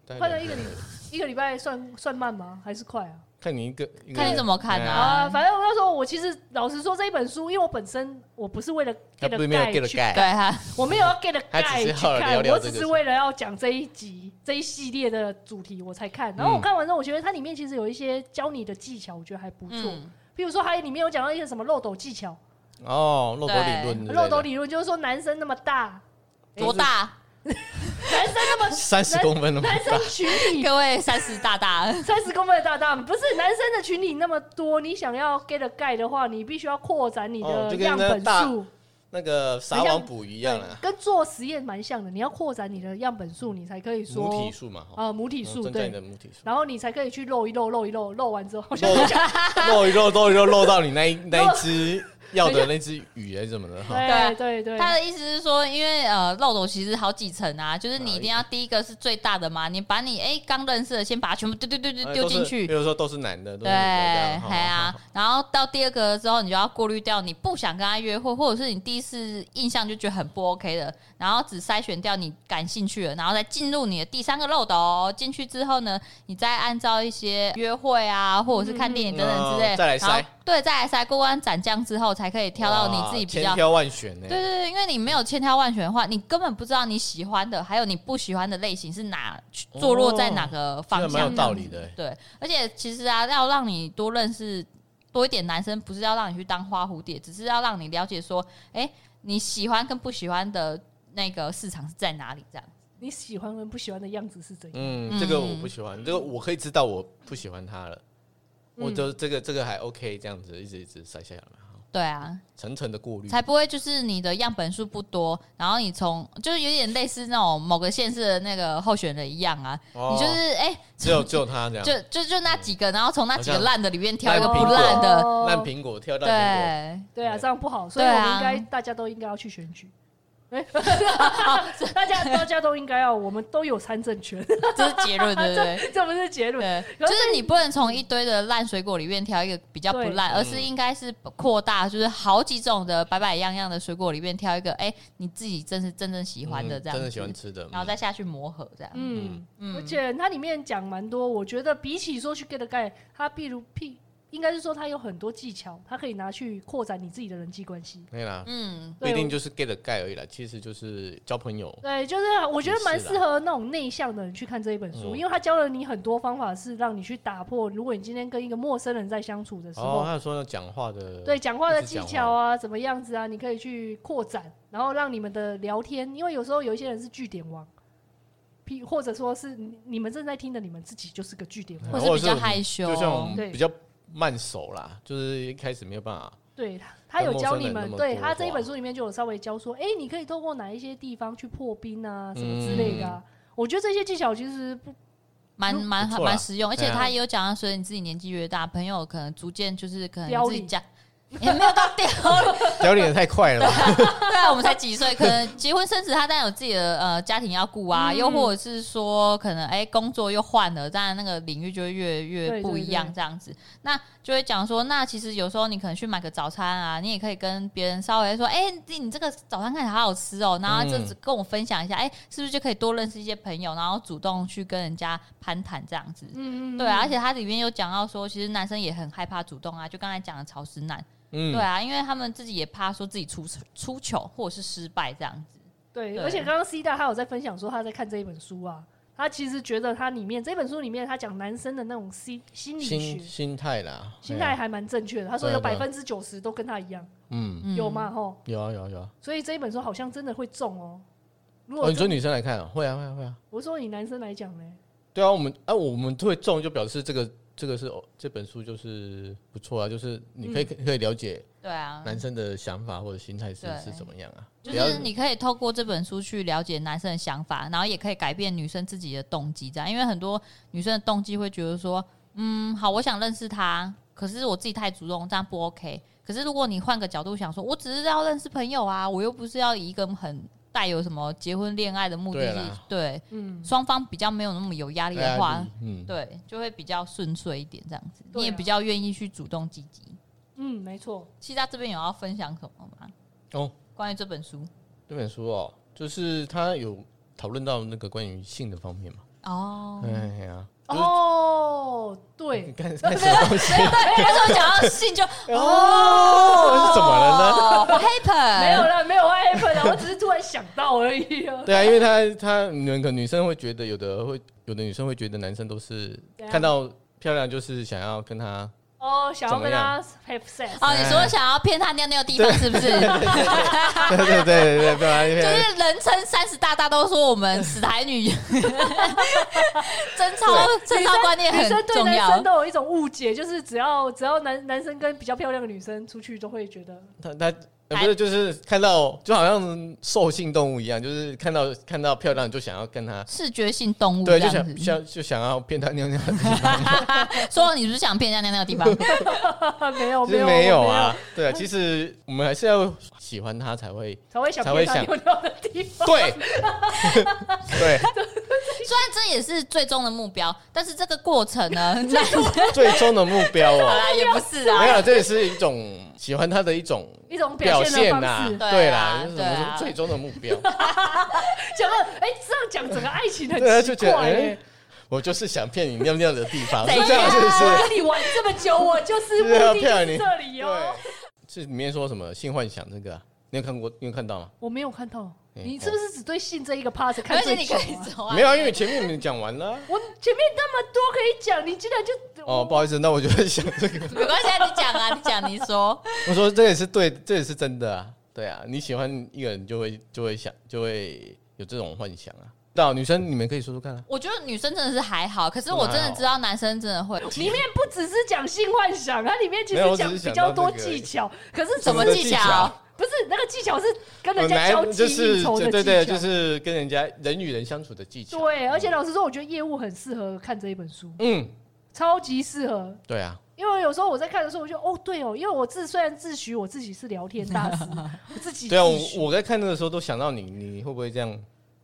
B: 大概
A: 快了一个
B: 两
A: 礼，一个礼拜算算慢吗？还是快啊？
B: 看你一个，一个
C: 看你怎么看
B: 哎
C: 啊
B: 呀
A: 啊，反正我那时候我其实老实说这一本书，因为我本身我不是为了
B: 他
A: get
B: 不是没有 get
A: 的
B: 的
A: 去，
B: 盖，
C: 对哈、
A: 我没有要 get 的
B: 他
A: 概
B: 只
A: 去
B: 是好
A: 看，
B: 聊聊
A: 我
B: 这
A: 只
B: 个
A: 是
B: 事
A: 为了要讲这一集这一系列的主题我才看。然后我
B: 嗯
A: 看完之后，我觉得它里面其实有一些教你的技巧，我觉得还不错。
C: 嗯，
A: 譬如说，还里面有讲到一些什么漏斗技巧，
B: 哦，漏斗理
C: 对
B: 论之类的，
A: 漏斗理论就是说男生那么大，
C: 多大？
A: 男生那 么
B: 三十公 分了吗？
A: 男生群体
C: 各位三十大大，
A: 三十公分的大大，不是男生的群体那么多，你想要 get a guy 的话，你必须要扩展你
B: 哦
A: 的
B: 就跟
A: 样
B: 那
A: 本
B: 大
A: 数，
B: 那个撒网捕鱼一样啊，
A: 跟做实验蛮像的。你要扩展你的样本数，你才可以
B: 母
A: 说
B: 体数嘛，哈
A: 啊母体
B: 嗯
A: 数
B: 增加你的
A: 对，
B: 母体数，
A: 然后你才可以去漏一漏，漏一漏，漏完之后 就
B: 漏漏一漏，漏一漏，漏到你那一那一只要的那只鱼还是怎么的哈？
A: 对对对，
C: 他的意思是说，因为呃，漏斗其实好几层啊，就是你一定要第一个是最大的嘛，你把你哎刚、认识的先把它全部丢丢丢丢
B: 哎
C: 丢
B: 都是
C: 进去
B: 比，如说都是男的，都是女的
C: 对，
B: 这样哈
C: 哎呀，然后到第二个之后，你就要过滤掉你不想跟他约会，或者是你第一次印象就觉得很不 OK 的，然后只筛选掉你感兴趣的，然后再进入你的第三个漏斗。进去之后呢，你再按照一些约会啊，或者是看电影等等之类，
B: 嗯再来
C: 然后
B: 筛
C: 对，再来筛过关斩将之后，才可以挑到你自己比
B: 哇千
C: 较。
B: 挑万选哎呢
C: 对，对对，因为你没有千挑万选的话，你根本不知道你喜欢的，还有你不喜欢的类型是哪，坐落在哪个方
B: 哦这
C: 向。
B: 蛮有道理的欸，
C: 对，而且其实啊，要让你多认识多一点男生，不是要让你去当花蝴蝶，只是要让你了解说，哎、你喜欢跟不喜欢的那个市场是在哪里？这样，
A: 你喜欢跟不喜欢的样子是怎样？
B: 嗯，这个我不喜欢，这个我可以知道我不喜欢他了，
C: 嗯
B: 我就这个这个还 OK 这样子，一直一直筛下来嘛，哈
C: 对啊，
B: 层层的过滤，
C: 才不会就是你的样本数不多，然后你从就是有点类似那种某个县市的那个候选人一样啊，
B: 哦
C: 你就是哎、
B: 只有只有他这样，
C: 就就就那几个，然后从那几个
B: 好像
C: 烂的里面挑一个
B: 嗯烂苹
C: 不
B: 果
C: 烂的，
A: 哦
B: 烂苹果挑烂苹果。
C: 对。
A: 对啊，
B: 对
A: 这样不好，所以我
C: 对啊
A: 们应该大家都应该要去选 举。哎 大家大家都应该要，我们都有参政权，
C: 这是结论，对 不对？
A: 这不是结论。
C: 对，
A: 可
C: 就是是你不能从一堆的烂水果里面挑一个比较不烂，
B: 对
C: 而是应该是扩大，就是好几种的白白样样的水果里面挑一个，哎、你自己真是真正喜欢的
B: 嗯
C: 这样、
B: 真的喜欢，吃的，
C: 然后再下去磨合这样。
A: 嗯，
C: 嗯
A: 而且它里面讲蛮多，我觉得比起说去 get a guy，它譬如譬，应该是说它有很多技巧，它可以拿去扩展你自己的人际关系。
B: 对啦，
C: 嗯，
B: 不一
A: 对
B: 定就是 get a guy 而已啦，其实就是交朋友。
A: 对，就是我觉得蛮
B: 也是啦
A: 适合那种内向的人去看这一本书，
B: 嗯
A: 因为它教了你很多方法，是让你去打破。如果你今天跟一个陌生人在相处的时候，
B: 哦，他有说要讲话的，
A: 对讲话的技
B: 一直
A: 巧
B: 讲话
A: 啊，怎么样子啊，你可以去扩展，然后让你们的聊天，因为有时候有一些人是据点王，譬或者说是你你们正在听的，你们自己就是个据点王。
C: 或
B: 嗯或
C: 是
B: 者
C: 比较害羞
B: 就像我
A: 对
B: 们比较慢熟啦，就是一开始没有办法。
A: 对，他他有
B: 跟陌
A: 教
B: 生
A: 你
B: 人
A: 们
B: 那，么
A: 对
B: 多
A: 他这一
B: 话
A: 本书里面就有稍微教说，哎、你可以透过哪一些地方去破冰啊，什么之类
B: 嗯
A: 的啊、我觉得这些技巧其实不
C: 蛮
A: 嗯
C: 蛮
B: 不错啦
C: 蛮实用，而且
B: 对啊
C: 他也有讲到，随着你自己年纪越大，朋友可能逐渐就是可能
A: 凋
C: 自己
A: 零
C: 家也没有到掉，
B: 表演也太快了吧，
C: 对啊来我们才几岁，可能结婚生子，他当然有自己的呃家庭要顾啊，
A: 嗯
C: 又或者是说可能哎、工作又换了，当然那个领域就会越越
A: 对
C: 不一样
A: 对对
C: 这样子。那就会讲说，那其实有时候你可能去买个早餐啊，你也可以跟别人稍微说，哎、你你这个早餐看起来好好吃哦，然后
B: 嗯
C: 这只跟我分享一下，哎、是不是就可以多认识一些朋友，然后主动去跟人家攀谈这样子。
A: 嗯
C: 对啊，而且它里面有讲到说，其实男生也很害怕主动啊，就刚才讲的潮湿男，
B: 嗯
C: 对啊，因为他们自己也怕说自己出出糗或者是失败这样子。
A: 对，
C: 对
A: 而且刚刚 C 大他有在分享说他在看这一本书啊，他其实觉得他里面这本书里面他讲男生的那种心心理
B: 心
A: 学
B: 心态啦，
A: 心
B: 哎
A: 态
B: 呀，
A: 还蛮正确的，他说
B: 对啊
A: 有
B: 对
A: 百
B: 啊
A: 分之九十都跟他一样，
B: 嗯，
C: 嗯
A: 有吗？吼，
B: 有啊有啊有啊。
A: 所以这一本书好像真的会中哦。如
B: 哦，
A: 果
B: 你说
A: 真
B: 女生来看啊，会啊会啊会啊。
A: 我说以男生来讲呢，
B: 对啊，我们啊我们会中就表示这个这个是哦这本书就是不错啊，就是你可以
A: 嗯
B: 可以了解
C: 对啊，
B: 男生的想法或者心态是
C: 对
B: 是怎么样啊。
C: 就
B: 不要
C: 是你可以透过这本书去了解男生的想法，然后也可以改变女生自己的动机，这样，因为很多女生的动机会觉得说，嗯，好，我想认识他，可是我自己太主动，这样不 OK。可是如果你换个角度想说，我只是要认识朋友啊，我又不是要以一个很带有什么结婚恋爱的目的
B: 对啊
C: 性
B: 啦，
C: 对
A: 嗯，
C: 双方比较没有那么有压力
B: 哎呀
C: 的话，
B: 你嗯，
C: 对，就会比较顺遂一点，这样子，
A: 对
C: 你也
A: 啊
C: 比较愿意去主动积极。
A: 嗯，没错，
C: 其他这边有要分享什么吗？
B: 哦，
C: 关于这本书
B: 这本书哦，就是他有讨论到那个关于性的方面嘛。
C: 哦，
B: 哎呀，就是
A: 哦，
B: 你
A: 对，
B: 看看什么东西？
C: 对，那时候讲到性就
B: 哦，是怎么了呢？
C: 哦
B: 呃
C: ，what happened？
A: 没有啦，没有 happen 啊 啦，我只是突然想到而已啊。
B: 对啊，因为他他那个女生会觉得有的会有的女生会觉得男生都是
A: 怎样
B: 看到漂亮就是想要跟她
A: 哦，想要
B: 怎么
A: 跟他
B: 样
A: have sex，
C: 哦，你说想要骗他尿尿的地方是不是？
B: 对对对对对，不然
C: 就
B: 因
C: 是人称三十大大都说我们死台女， 贞操贞操观念
A: 女
C: 很
A: 生对
C: 重
A: 男
C: 要
A: 生。都有一种误解，就是只要只要男男生跟比较漂亮的女生出去，都会觉得
B: 他他。呃不是，就是看到就好像兽性动物一样，就是看到看到漂亮就想要跟她，
C: 视觉性动物这
B: 对，就
C: 样
B: 想
C: 子，
B: 想就想要骗她尿尿，
C: 说你是不是想骗人家尿尿的地方？
A: 没有
B: 其
A: 没
B: 实
A: 有
B: 没有
A: 有
B: 啊，对啊，其实我们还是要喜欢她才会
A: 才会想
B: 才
A: 骗
B: 会
A: 他
B: 想
A: 尿尿的地方。
B: 对对，
C: 虽然这也是最终的目标，但是这个过程呢， 那
B: 最终的目标
C: 好
B: 哦，
C: 啦也不是
B: 没
C: 啊，
B: 有，这也是一种喜欢她的一种
A: 一种表
B: 表
A: 现
B: 现
A: 的
B: 呐
A: 方式，，
B: 对啦，
C: 啊
B: 就是
C: 对
B: 我
C: 啊
B: 们最终的目标，
A: 讲到哎，这样讲整个爱情 很
B: 对啊，就
A: 奇
B: 觉得
A: 怪
B: 哎
A: 欸。，
B: 我就是想骗你尿尿的地方，
C: 怎
B: 是
C: 样
B: 这样是不
A: 哎我
B: 是？
A: 跟你玩这么久，我就是目
B: 是要
A: 的就
B: 骗
A: 是
B: 你
A: 这里哦
B: 对。，是里面说什么性幻想这个啊，你有看过？你有看到吗？
A: 我没有看到，
B: 哎
A: 你是不是只对性这一个 part 看
C: 而且
A: 最
C: 你
A: 久
C: 可
A: 啊？
C: 以走啊，
B: 没有啊，因为前面你们讲完了啊。
A: 我前面那么多可以讲，你竟然就
B: 哦，不好意思，那我就在想这个。
C: 没关系，啊，你讲啊， 你讲，你说，
B: 我说这也是对，这也是真的啊。对啊，你喜欢一个人就会就会想就会有这种幻想啊。到女生你们可以说说看啊。
C: 我觉得女生真的是还好，可是我真的知道男生真的会
B: 啊
A: 里面不只是讲性幻想，它里面其
B: 没有
A: 实
B: 我只是
A: 讲比
B: 想
A: 较
B: 到
A: 多
B: 这个而已
A: 技巧。可是
C: 什
A: 怎
C: 么
A: 么
B: 的
C: 技
B: 技巧
C: 巧，
A: 不是那个技巧是跟人家交
B: 来
A: 际
B: 就是
A: 应酬的技巧，
B: 对对，就是跟人家人与人相处的技巧。
A: 对而且老实说，我觉得业务很适合看这一本书，
B: 嗯，
A: 超级适合。
B: 对啊，
A: 因为有时候我在看的时候，我就哦对哦，因为我自虽然自诩我自己是聊天大 师，我自己
B: 对啊，
A: 自
B: 我
A: 诩
B: 我在看那个时候都想到你，你会不会这样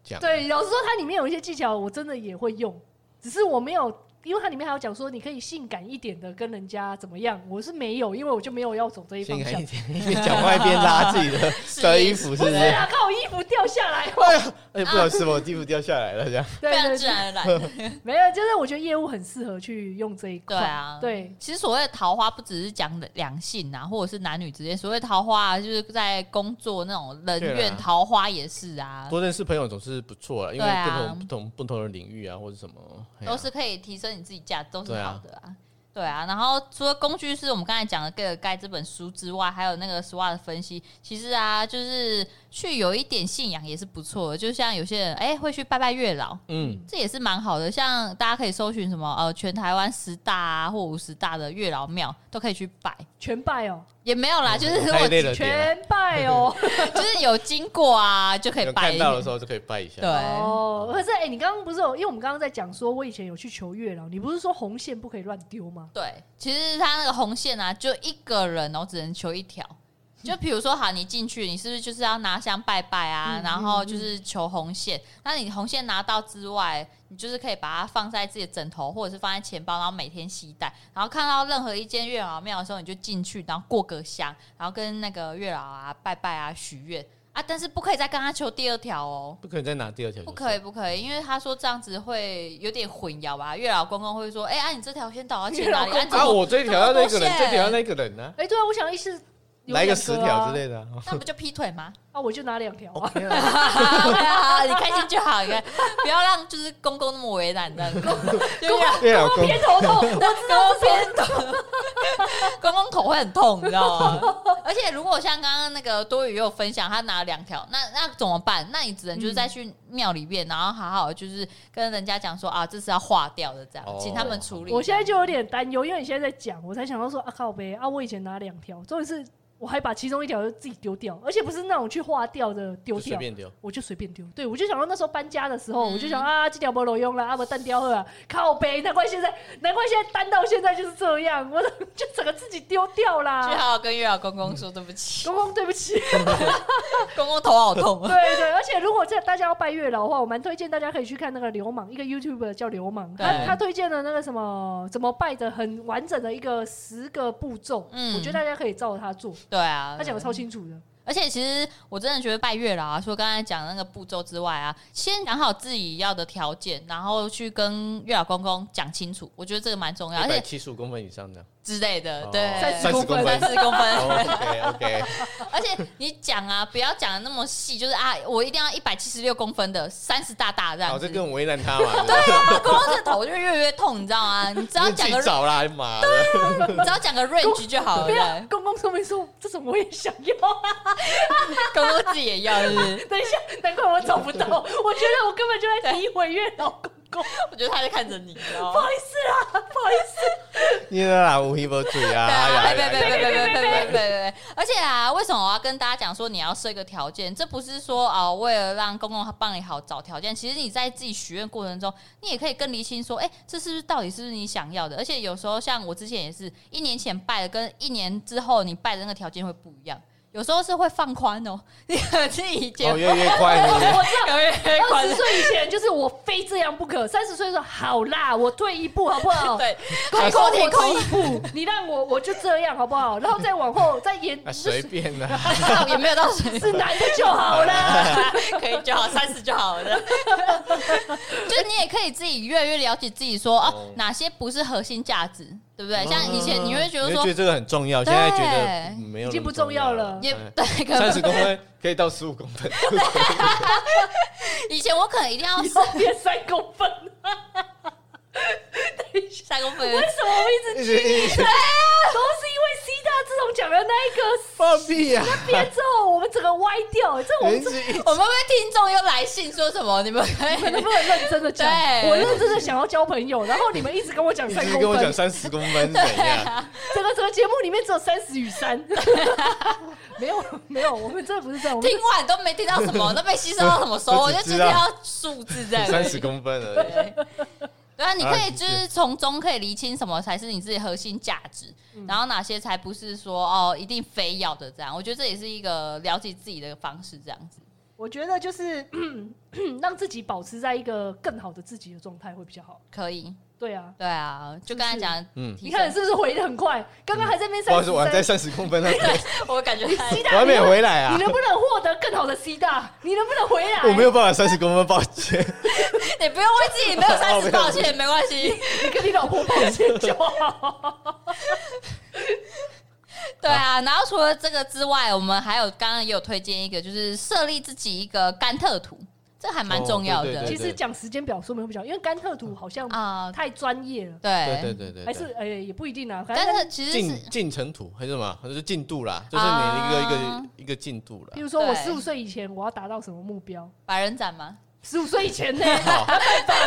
B: 讲？
A: 对，老实说，它里面有一些技巧，我真的也会用，只是我没有，因为它里面还有讲说你可以性感一点的跟人家怎么样，我是没有，因为我就没有要走这一方
B: 性感
A: 向
B: 一。点，一边讲话一边拉自己的的衣服，是
A: 不
B: 不
A: 是
B: 是？
A: 啊，看我衣服掉 下来。
B: 哎呀，哎，不好意思，我衣服掉下来了，这样。
A: 对
C: 非常
A: 对
C: 自
A: 对，
C: 然而然。
A: 没有，就是我觉得业务很适合去用这一块。
C: 对啊
A: 对，
C: 其实所谓的桃花不只是讲两性啊，或者是男女之间，所谓桃花、啊、就是在工作那种人
B: 对
C: 缘
B: 啊
C: 桃花也是啊，
B: 多认识朋友总是不错啦，因为
C: 对啊
B: 不同不同不同的领域啊，或者什么，哎呀
C: 都是可以提升你自己价值，都是
B: 对啊
C: 好的啊。对啊，然后除了工具是我们刚才讲的《盖尔盖》这本书之外，还有那个 SWOT 的分析。其实啊，就是去有一点信仰也是不错的，就像有些人哎会去拜拜月老，
B: 嗯，
C: 这也是蛮好的。像大家可以搜寻什么呃，全台湾十大啊或五十大的月老庙都可以去拜，
A: 全拜哦，
C: 也没有啦，就是如
B: 嗯太
C: 果
B: 累了点啊。
A: 全拜 哦。
C: 就是有经过啊就可以
B: 有
C: 拜
B: 看
C: 一
B: 到的时
C: 下。
B: 候就可以拜一下。
C: 对，
A: 哦，可是哎、你刚刚不是有，因为我们刚刚在讲说，我以前有去求月老，你不是说红线不可以乱丢吗？
C: 对，其实他那个红线啊，就一个人哦，只能求一条。就比如说，好，你进去，你是不是就是要拿香拜拜啊？
A: 嗯
C: 然后就是求红线。那你红线拿到之外，你就是可以把它放在自己的枕头，或者是放在钱包，然后每天携带。然后看到任何一间月老庙的时候，你就进去，然后过个香，然后跟那个月老啊拜拜啊许愿啊，但是不可以再跟他求第二条哦。
B: 不可能再拿第二条，
C: 不可以，。不可以，因为他说这样子会有点混淆吧。月老公公会说：“哎、啊，你这条线导到去哪里？
A: 月老公
C: 啊，你这
B: 啊，
C: 条
B: 我这条要那个
C: 这
B: 人
C: 么多，线
B: 这条要那个人呢，
A: 哎，对啊，我想一次有
B: 来个
A: 两
B: 十
A: 啊
B: 条之类的啊。 哦
C: 那不就劈腿吗？”
A: 啊，我就拿两条 啊。
B: OK 啦
C: 对啊，你开心就好，你看，不要让就是公公那么为 难的，公公
B: 对啊，公
A: 偏头痛，我
C: 公偏痛， 公公头会很痛，你知道吗？而且如果像刚刚那个多余也有分享，他拿了两条，那那怎么办？那你只
A: 嗯
C: 能就是再去庙里面，然后好好就是跟人家讲说啊，这是要化掉的，这样、
B: 哦
C: 请他们处理。
A: 我现在就有点担忧，因为你现在在讲，我才想到说啊靠呗啊，我以前拿两条，重点是我还把其中一条就自己丢掉，而且不是那种去化掉的丢
B: 就随
A: 掉。
B: 便丢，
A: 我就随便丢，对我就想到那时候搬家的时候，
C: 嗯
A: 我就想啊，这条没路用了，啊不单雕了，靠背，难怪现在，难怪现在单到现在就是这样，我 就整个自己丢掉
C: 去
A: 啦。
C: 好好跟月老公公说对不起，
A: 公公，对不起，
C: 公公头好痛 啊。
A: 对对，而且如果这大家要拜月老的话，我蛮推荐大家可以去看那个流氓，一个 YouTube 叫流氓，他
C: 对
A: 他推荐的那个什么怎么拜的很完整的一个十个步骤，
C: 嗯
A: 我觉得大家可以照着他做，
C: 对啊，
A: 他讲的超清楚的。
C: 而且其实我真的觉得拜月老啊，除了刚才讲的那个步骤之外啊，先讲好自己要的条件，然后去跟月老公公讲清楚，我觉得这个蛮重嗯要，而
B: 一百
C: 且
B: 七十五公分以上的。
C: 之类的，
B: 哦
C: 对，
A: 30
B: 公分哦
C: 三十公分，
B: OK OK，
C: 而且你讲啊，不要讲的那么细，就是啊，我一定要一百七十六公分的，三十大大这
B: 好，
C: 样
B: 哦这
C: 子。
B: 更为难他嘛。对啊，
C: 啊，光这头就越来越痛，你知道吗？你只要
B: 自
C: 讲啊
B: 己
C: 个，
B: 找啦，妈的，
C: 你只要讲个 range 就好了。
A: 不要
C: 对，
A: 公公说没说，这种我也想要。
C: 公公自己也要，是不是？
A: 等一下，难怪我找不到，我觉得我根本就在诋毁月老公公。
C: 我觉得他在看着你，你知道
A: 不
C: 吗
A: 好？意思啦，不好意思。
B: 你啦，无一不嘴啊，哎
C: 对
B: 呀
C: 对对
B: 哎呀
C: 对对对对对对，而且啊，为什么我要跟大家讲说你要设一个条件？这不是说啊、为了让公公帮你好找条件，其实你在自己许愿过程中，你也可以跟离心说，哎、这是不是到底是不是你想要的？而且有时候像我之前也是一年前拜的，跟一年之后你拜的那个条件会不一样。有时候是会放宽哦， 你可自己结
B: 哦，越越快，是不是
A: 我知道，
C: 越
A: 二十岁以前就是我非这样不可，三十岁说好啦，我退一步好不
B: 哦
A: 好？
C: 对，
A: 快
C: 空
A: 哎空
C: 挺
A: 我
C: 空
A: 退一步，你让我我就这样好不好？然后再往后再延，
B: 啊，
A: 就
B: 随
A: 是
B: 便啦，
C: 也没有到水
A: 是男的就好了。
C: 可以就好，三十就好了。 就是你也可以自己越来越了解自己说，哦
B: 哦，
C: 哪些不是核心价值，对不
B: 嗯
C: 对？像以前你会觉得
B: 你
C: 说
B: 觉，得这个很重要，
C: 对
B: 现在觉得嗯没有
A: 已经不重
B: 重
A: 要了
B: 了，哎
C: 也 对，可
B: 三
C: 能
B: 十公分可以到十五公 分，
C: 以前我可能一定要
A: 以后变三公分，
C: 三公分，
A: 为什么我一直
B: 一直一直
A: 都是因为 C 大自从讲了那一个
B: 放屁呀，
A: 变之后，我们整个歪掉、这我
B: 人
A: 们
B: 是一
C: 我们会不会听众又来信说什么？你们可
A: 你们能
C: 以。
A: 不能认真的讲？
C: 哎对
A: 我认真的想要交朋友，然后你们一直跟我讲
B: 一
A: 三
B: 直
A: 公
B: 跟我
A: 分
B: 讲，三十公分怎样？
A: 整个整个节目里面只有三十与三， 没有没有，我们真的不是这样，我们
C: 听完都没听到什么，都没吸收到什么收获，我
B: 我
C: 就
B: 只
C: 只
B: 知
C: 听
B: 道
C: 到数字在
B: 三十公分而已。
C: 对，对啊，你可以
B: 啊
C: 就是从中可以厘清什么才是你自己核心价值，然后哪些才不是说哦一定非要的这样。我觉得这也是一个了解自己的方式，这样子。
A: 我觉得就是 让自己保持在一个更好的自己的状态会比较好。
C: 可以，
A: 对啊，
C: 对啊，就刚才讲，
B: 嗯，
A: 你看是不是回的很快？刚刚还在那边
B: 不好意思，我还在
A: 三十
B: 三十公分那边，
C: 我感觉
A: 三
B: 我
A: ，C
B: 还
A: 大，
B: 没
A: 你
B: 有回来啊
A: 你，能不能获得更好的 C 大？你能不能回来？
B: 我没有，办法三十公分，抱歉。
C: 你不用为自己没有三
B: 哦没
C: 十
B: 有
C: 抱歉，哦没关系。
A: 你跟你老婆抱歉就好。
C: 对啊，然后除了这个之外，我们还有刚刚也有推荐一个，就是设立自己一个甘特图，这还蛮
B: 哦
C: 重要
B: 对
C: 的
A: 其实讲时间表说明会比较好，因为甘特图好像
C: 啊。
A: 太专业了，
B: 哦对对
C: 对，
B: 对对，
A: 还
B: 对
A: 是哎也不一定啊。反
C: 但
A: 正
C: 是其实是
B: 进进程图还是什么？就是进度啦，就是你的一个、
C: 啊
B: 一个一个进度啦
A: 比。如说我
C: 对
A: 十五岁以前我要达到什么目标？
C: 百人斩吗？
A: 十五岁以前呢？
B: 好
A: 爸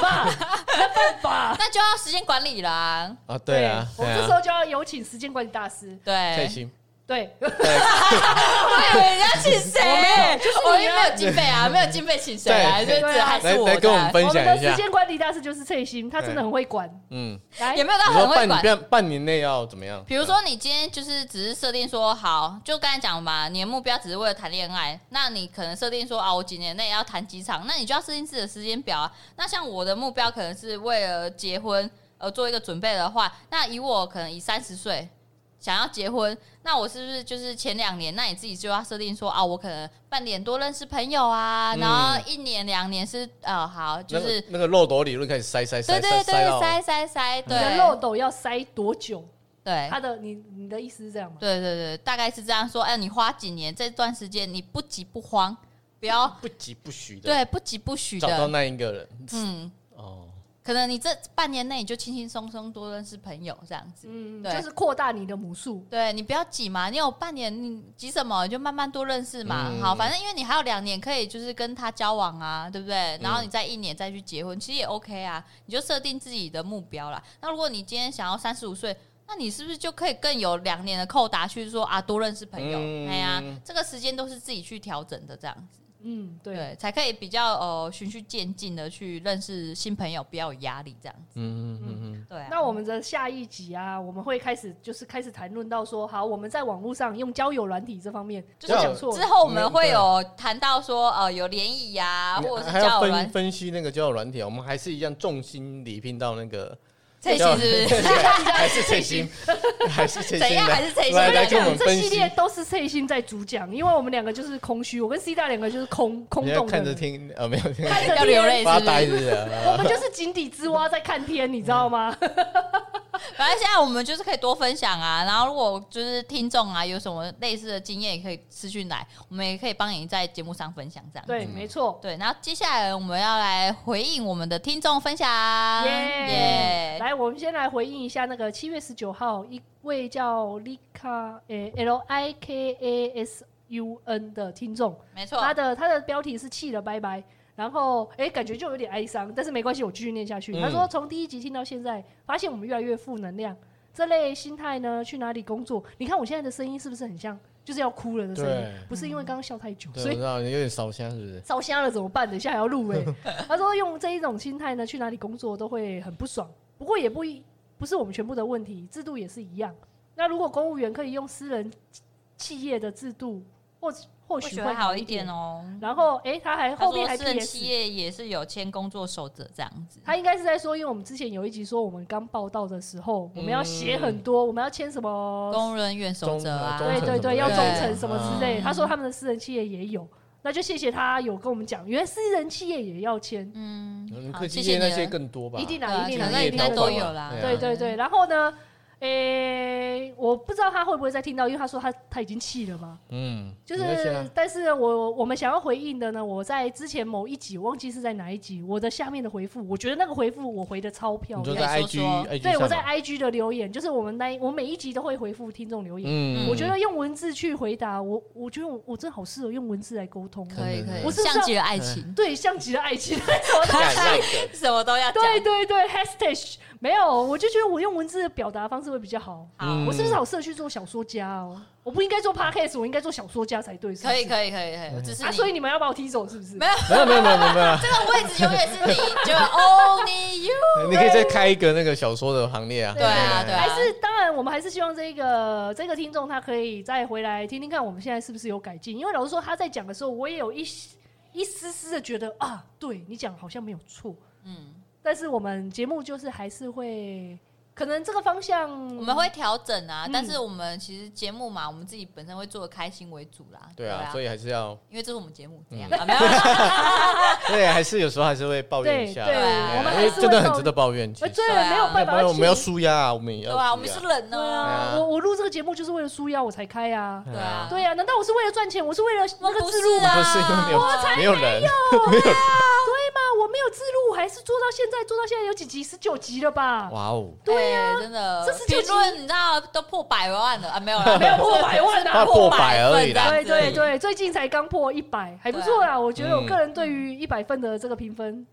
A: 爸， 没办法。
C: 那就要时间管理啦。
B: 啊，对啊，
A: 我
B: 对
A: 们这时
B: 啊，
A: 候就要有请时间管理大师。
C: 对，
B: 蔡心，
A: 对，
B: 对，
C: 我以为你要请谁？我没有，就是我啊
A: 你
C: 因为
A: 啊
C: 没有经费啊，没有经费请谁来，所
B: 对
C: 以这还是
B: 来
C: 我
B: 来跟我们
C: 的。
B: 分
A: 我
B: 享
A: 们的
B: 一
A: 时
B: 下，
A: 间管理大师就是翠心，他真的很会管。
B: 嗯，
A: 来
C: 也，没有到
B: 你
C: 很
B: 说
C: 会
B: 半
C: 管，
B: 半半年内要怎么样？
C: 比如说，你今天就是只是设定说，好，就刚才讲嘛，你的目标只是为了谈恋爱，那你可能设定说啊，我几年内要谈几场，那你就要设定自己的时间表啊。那像我的目标可能是为了结婚而做一个准备的话，那以我可能以三十岁想要结婚，那我是不是就是前两年，那你自己就要设定说啊，我可能半年多认识朋友啊，
B: 嗯
C: 然后一年两年是呃好，就
B: 那个
C: 是
B: 那个漏斗理论开始塞塞
C: 对
B: 塞
C: 对
B: 塞
C: 对，
B: 到，
C: 塞塞塞，
A: 你的漏
C: 对哎
A: 斗要塞多久？
C: 对，
A: 他的你你的意思是这样吗？
C: 对对对，大概是这样说。哎，你花几年这段时间，你不急不慌，不要
B: 不急不徐的
C: 对不急不徐
B: 嗯找到
C: 的，
B: 那一个人。
C: 嗯，
B: 哦，
C: 可能你这半年内你就轻轻松松多认识朋友这样子。
A: 嗯，
C: 对
A: 就是扩大你的母数。
C: 对你不要急嘛，你有半年，你急什么？你就慢慢多认识嘛。
B: 嗯
C: 好，反正因为你还有两年可以就是跟他交往啊，对不对？然后你再一年再去结婚，其实也 OK 啊。你就设定自己的目标啦。那如果你今天想要三十五岁，那你是不是就可以更有两年的扣打去说啊，多认识朋友？
B: 嗯
C: 哎呀，这个时间都是自己去调整的，这样子
A: 嗯，对。
C: 对，才可以比较呃循序渐进的去认识新朋友，不要有压力这样子。
B: 嗯嗯嗯嗯，
C: 对啊，
A: 那我们的下一集啊，我们会开始就是开始谈论到说，好，我们在网络上用交友软体这方面，
C: 就是
A: 讲错
C: 之
A: 了，
C: 后我
B: 嗯
C: 们会有谈到说呃有联谊呀，
B: 你
C: 或者
B: 还
C: 是交
B: 要
C: 友软
B: 分，分析那个交友软体啊，我们还是一样重心礼聘到那个，
C: 这些是不是？
B: 还是陈 心，还是陈
C: 怎
B: 心
C: 样还
B: 来
C: 是谁
B: 来来
C: 先
B: 跟我们
A: 这
B: 分
A: 系
B: 析
A: 列，都是翠心在主讲，因为我们两个就是空虚，我跟 C 大两个就是空空
B: 你要
A: 洞的
B: 看着
A: 人，
B: 听，呃，没有听，
A: 看着
C: 要流 泪是
B: 发
C: 不
B: 呆
C: 是？
B: 是啊
A: 我们就是井底之蛙在看天，你知道吗？
B: 嗯
C: 反正现在我们就是可以多分享啊，然后如果就是听众啊有什么类似的经验，也可以私讯来，我们也可以帮你在节目上分享这样子。
A: 对，没错。
C: 对，然后接下来我们要来回应我们的听众分享，啊
A: 耶
C: 耶！
A: 来，我们先来回应一下那个七月十九号，一位叫 Lika 诶 L I K A S U N 的听众，
C: 没错，
A: 他的他的标题是“气了拜拜”，然后诶，感觉就有点哀伤，但是没关系，我继续念下去。
B: 嗯
A: 他说从第一集听到现在，发现我们越来越负能量，这类心态呢，去哪里工作？你看我现在的声音是不是很像就是要哭了的声音
B: 对？嗯
A: 不是因为刚刚笑太久，
B: 对，
A: 所
B: 我
A: 以
B: 知道你有点烧香是不是？
A: 烧瞎了怎么办？等一下还要录哎、他说用这一种心态呢，去哪里工作都会很不爽。不过也不一不是我们全部的问题，制度也是一样。那如果公务员可以用私人企业的制度，或或
C: 或
A: 许
C: 许
A: 会
C: 会好
A: 一
C: 一点。哦。
A: 然后哎、诶他还
C: 他
A: 后面
C: 说
A: 还
C: 私人企
A: PS，
C: 业也是有签工作守则这样子，
A: 他应该是在说，因为我们之前有一集说，我们刚报道的时候，我们要写很多，我们要签什么，
C: 工人员守则啊，
B: 忠
A: 对对对，
B: 忠
A: 要
C: 什
A: 忠
C: 么的
A: 诚什么之类的。
C: 嗯
A: 他说他们的私人企业也有，那就谢谢他有跟我们讲，原来私人企业也要签。
C: 嗯，好，
B: 科技
C: 谢
B: 业
C: 谢
B: 那
C: 你
B: 些
C: 了。
B: 更多吧？
A: 一定
C: 对
A: 啊，
C: 啊
A: 一定
C: 可
A: 啊，
C: 能
A: 一
C: 应
A: 定
C: 该
A: 都
C: 都
A: 有
C: 有啦
B: 对啊
A: 对对对，然后呢，诶、我不知道他会不会再听到，因为他说他他已经气了嘛。
B: 嗯，
A: 就
B: 没关系啊
A: 是，但是我我们想要回应的呢，我在之前某一集，忘记是在哪一集，我的下面的回复，我觉得那个回复我回的超漂
B: 你就
A: 亮。
B: 在
C: 可以
B: IG
C: 说说
B: IG
A: 对，
B: 上
A: 我在
B: 嘛
A: IG 的留言，就是我们那一我每一集都会回复听众留言。
B: 嗯
A: 我觉得用文字去回答，我我觉得我我真的好适合用文字来沟通哦，
B: 可
C: 可以
B: 真的
C: 可
B: 是
C: 以，
A: 我是不是
C: 像极了爱情，
A: 对，像极了爱情。
B: 干那个
C: 什么都要啊讲。
A: 对对对，hashtag 没有，我就觉得我用文字的表达方式会比较好。
C: 好，
B: 嗯
A: 我是不是好适合去做小说家哦？我不应该做 podcast，我应该做小说家才对。是不
C: 可
A: 是
C: 以可以可以可以，我支持
A: 啊，
C: 你。
A: 所以你们要把我踢走是不是？
C: 没有
B: 没有没有没有没有没有，
C: 这个位 置永远是你，就 only you。
B: 你可以再开一个那个小说的行列啊。
C: 对啊对啊
A: 还是当然，我们还是希望这个这个听众他可以再回来听听看，我们现在是不是有改进？因为老实说，他在讲的时候，我也有一丝一丝丝的觉得啊，对你讲好像没有错。
C: 嗯，
A: 但是我们节目就是还是会，可能这个方向呃
C: 我们会调整啊
A: 嗯，
C: 但是我们其实节目嘛，我们自己本身会做的开心为主啦。
B: 对啊，所以还是要
C: 因为这是我们节目这样
B: 嗯
C: 啊，没有啦
B: 对，还是有时候还是会抱怨
A: 对
B: 一
A: 对，
B: 下，
C: 啊
A: 我们
B: 因
A: 还
B: 为
A: 是会
B: 真的很
A: 抱
B: 值得抱怨。其
A: 呃，
B: 实
A: 对，没有
B: 要
A: 办
B: 不
A: 法，
B: 然我们要
A: 其实
B: 输压啊，我们也要输
C: 对啊，
B: 压
C: 我们是人
A: 对
C: 呢。
A: 啊，我我录这个节目就是为了舒压我才开啊。
C: 对啊，
A: 对啊，难道我是为了赚钱？我是为了
C: 我
A: 那
C: 们
A: 个
C: 不
A: 自
C: 是
A: 录
B: 我
A: 吗？
B: 们是因为没有
C: 啊，
B: 没有人，
A: 对嘛，我没有自录，我还是做到现在，做到现在有几集？十九集了吧？
B: 哇哦，
C: 对啊，真的，
A: 这是就
C: 评论你知道都破百万了啊，没有 啦，
A: 没有破百万
B: 快
A: 啊
B: 破百而已啦
C: 这
A: 对
C: 样子
A: 对对，最近才刚破一百，还不错
C: 啊
A: 啦。我觉得我
B: 嗯
A: 个人对于一百分的这个评分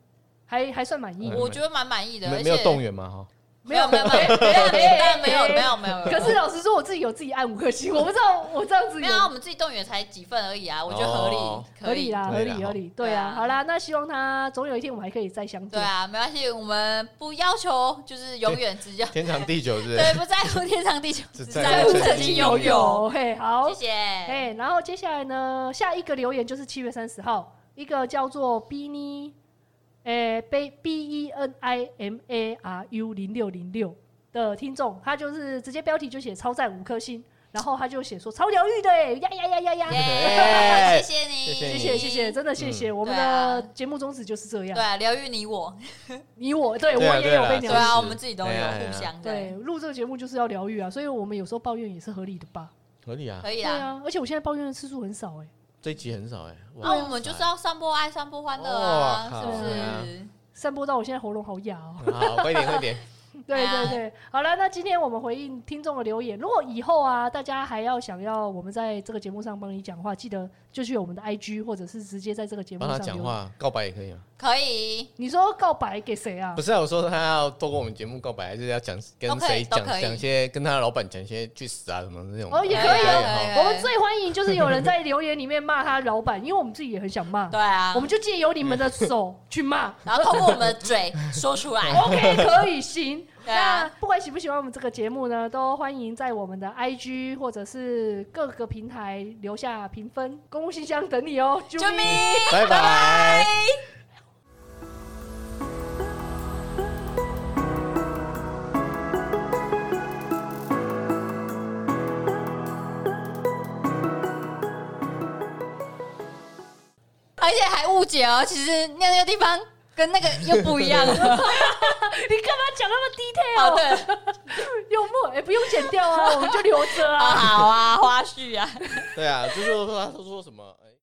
A: 还还算满意。
B: 嗯
C: 我觉得蛮满意的，而
B: 没
C: 且
B: 没有动员嘛哈，
C: 没有没有没有没有没有没有没有没有，
A: 可是老实说，我自己有自己按五颗星，我不知道我这样子
C: 没
A: 有
C: 有啊，我们自己动员才几份而已啊，我觉得合
B: 哦
C: 理，可
A: 合理啦，合
B: 可以
A: 理
B: 啦
A: 合理，对
C: 对
A: 啊
C: 啊。
A: 好啦，那希望他总有一天我们还可以再相
C: 对
A: 见。
C: 啊，没关系，我们不要求就是永远只要
B: 天长地久是不
C: 对，
B: 是？
C: 不在乎天长地久，
B: 只
C: 只
B: 在
C: 在
B: 乎
C: 乎
B: 曾
C: 曾
B: 经
C: 经
B: 拥
C: 拥有。
A: 嘿，好
C: 谢，谢。
A: 哎，然后接下来呢，下一个留言就是七月三十号，一个叫做 Bini，哎，B B E N I M A R U 零六零六的听众，他就是直接标题就写超赞五颗星，然后他就写说超疗愈的哎，呀呀呀呀呀。
B: 耶
C: 耶，谢谢你，
B: 谢
A: 谢谢谢谢，真的谢谢，我们
C: 对
A: 的
C: 啊
A: 节目宗旨就是这样
C: 对。啊，疗愈你我，
A: 你我对我
B: 对啊
A: 也有
B: 对啊对
A: 被
C: 对
A: 疗
C: 啊，
A: 愈。
C: 我们自己都
B: 哎
C: 有
B: 呀哎呀
C: 互相
A: 对，
C: 的，
A: 录这个节目就是要疗愈啊，所以我们有时候抱怨也是合理的吧？
B: 合理啊，
C: 可以
A: 对
C: 啦。
A: 啊，而且我现在抱怨的次数很少哎、
B: 这一集很少哎。哇
C: 啊那我们就是要散播爱，散播欢乐
B: 哇
C: 啊，
B: 靠
C: 是不
B: 对啊
C: 是？
A: 散播到我现在喉咙好哑 哦、
B: 好，快点快 点，
A: 对
C: 哎呀
B: 啊
A: 对对，好了，那今天我们回应听众的留言。如果以后啊，大家还要想要我们在这个节目上帮你讲话，记得就去我们的 IG，或者是直接在这个节目
B: 帮他
A: 上
B: 讲
A: 留言。
B: 话，告白也可以吗？
C: 可以，
A: 你说告白给谁啊
B: 不？是啊，我说他要透过我们节目告白，还是要讲跟
C: 都可以
B: 谁讲
C: 都可以
B: 讲些跟他的老板讲些去死啊什么那种？
A: 哦也可以啊
B: 啊。
A: 我们最欢迎就是有人在留言里面骂他老板，因为我们自己也很想 骂，
C: 对啊
A: 我，们就借由你们的手去骂。
C: 然后通过我们的嘴说出来。
A: OK，可以行。
C: 对啊
A: 那不管喜不喜欢我们这个节目呢，都欢迎在我们的 IG 或者是各个平台留下评分，公务信箱等你哦，啾
C: 救命！
B: 拜拜。
C: 而且还误解哦，其实那那个地方跟那个又不 一样。哦，
A: 你干嘛讲那么 detail？、
C: 对，
A: 幽默，哎、不用 剪掉啊，我们就留着
C: 啊
A: 啊。
C: 好啊，花絮啊。
B: 对啊，就是说他说什么。呃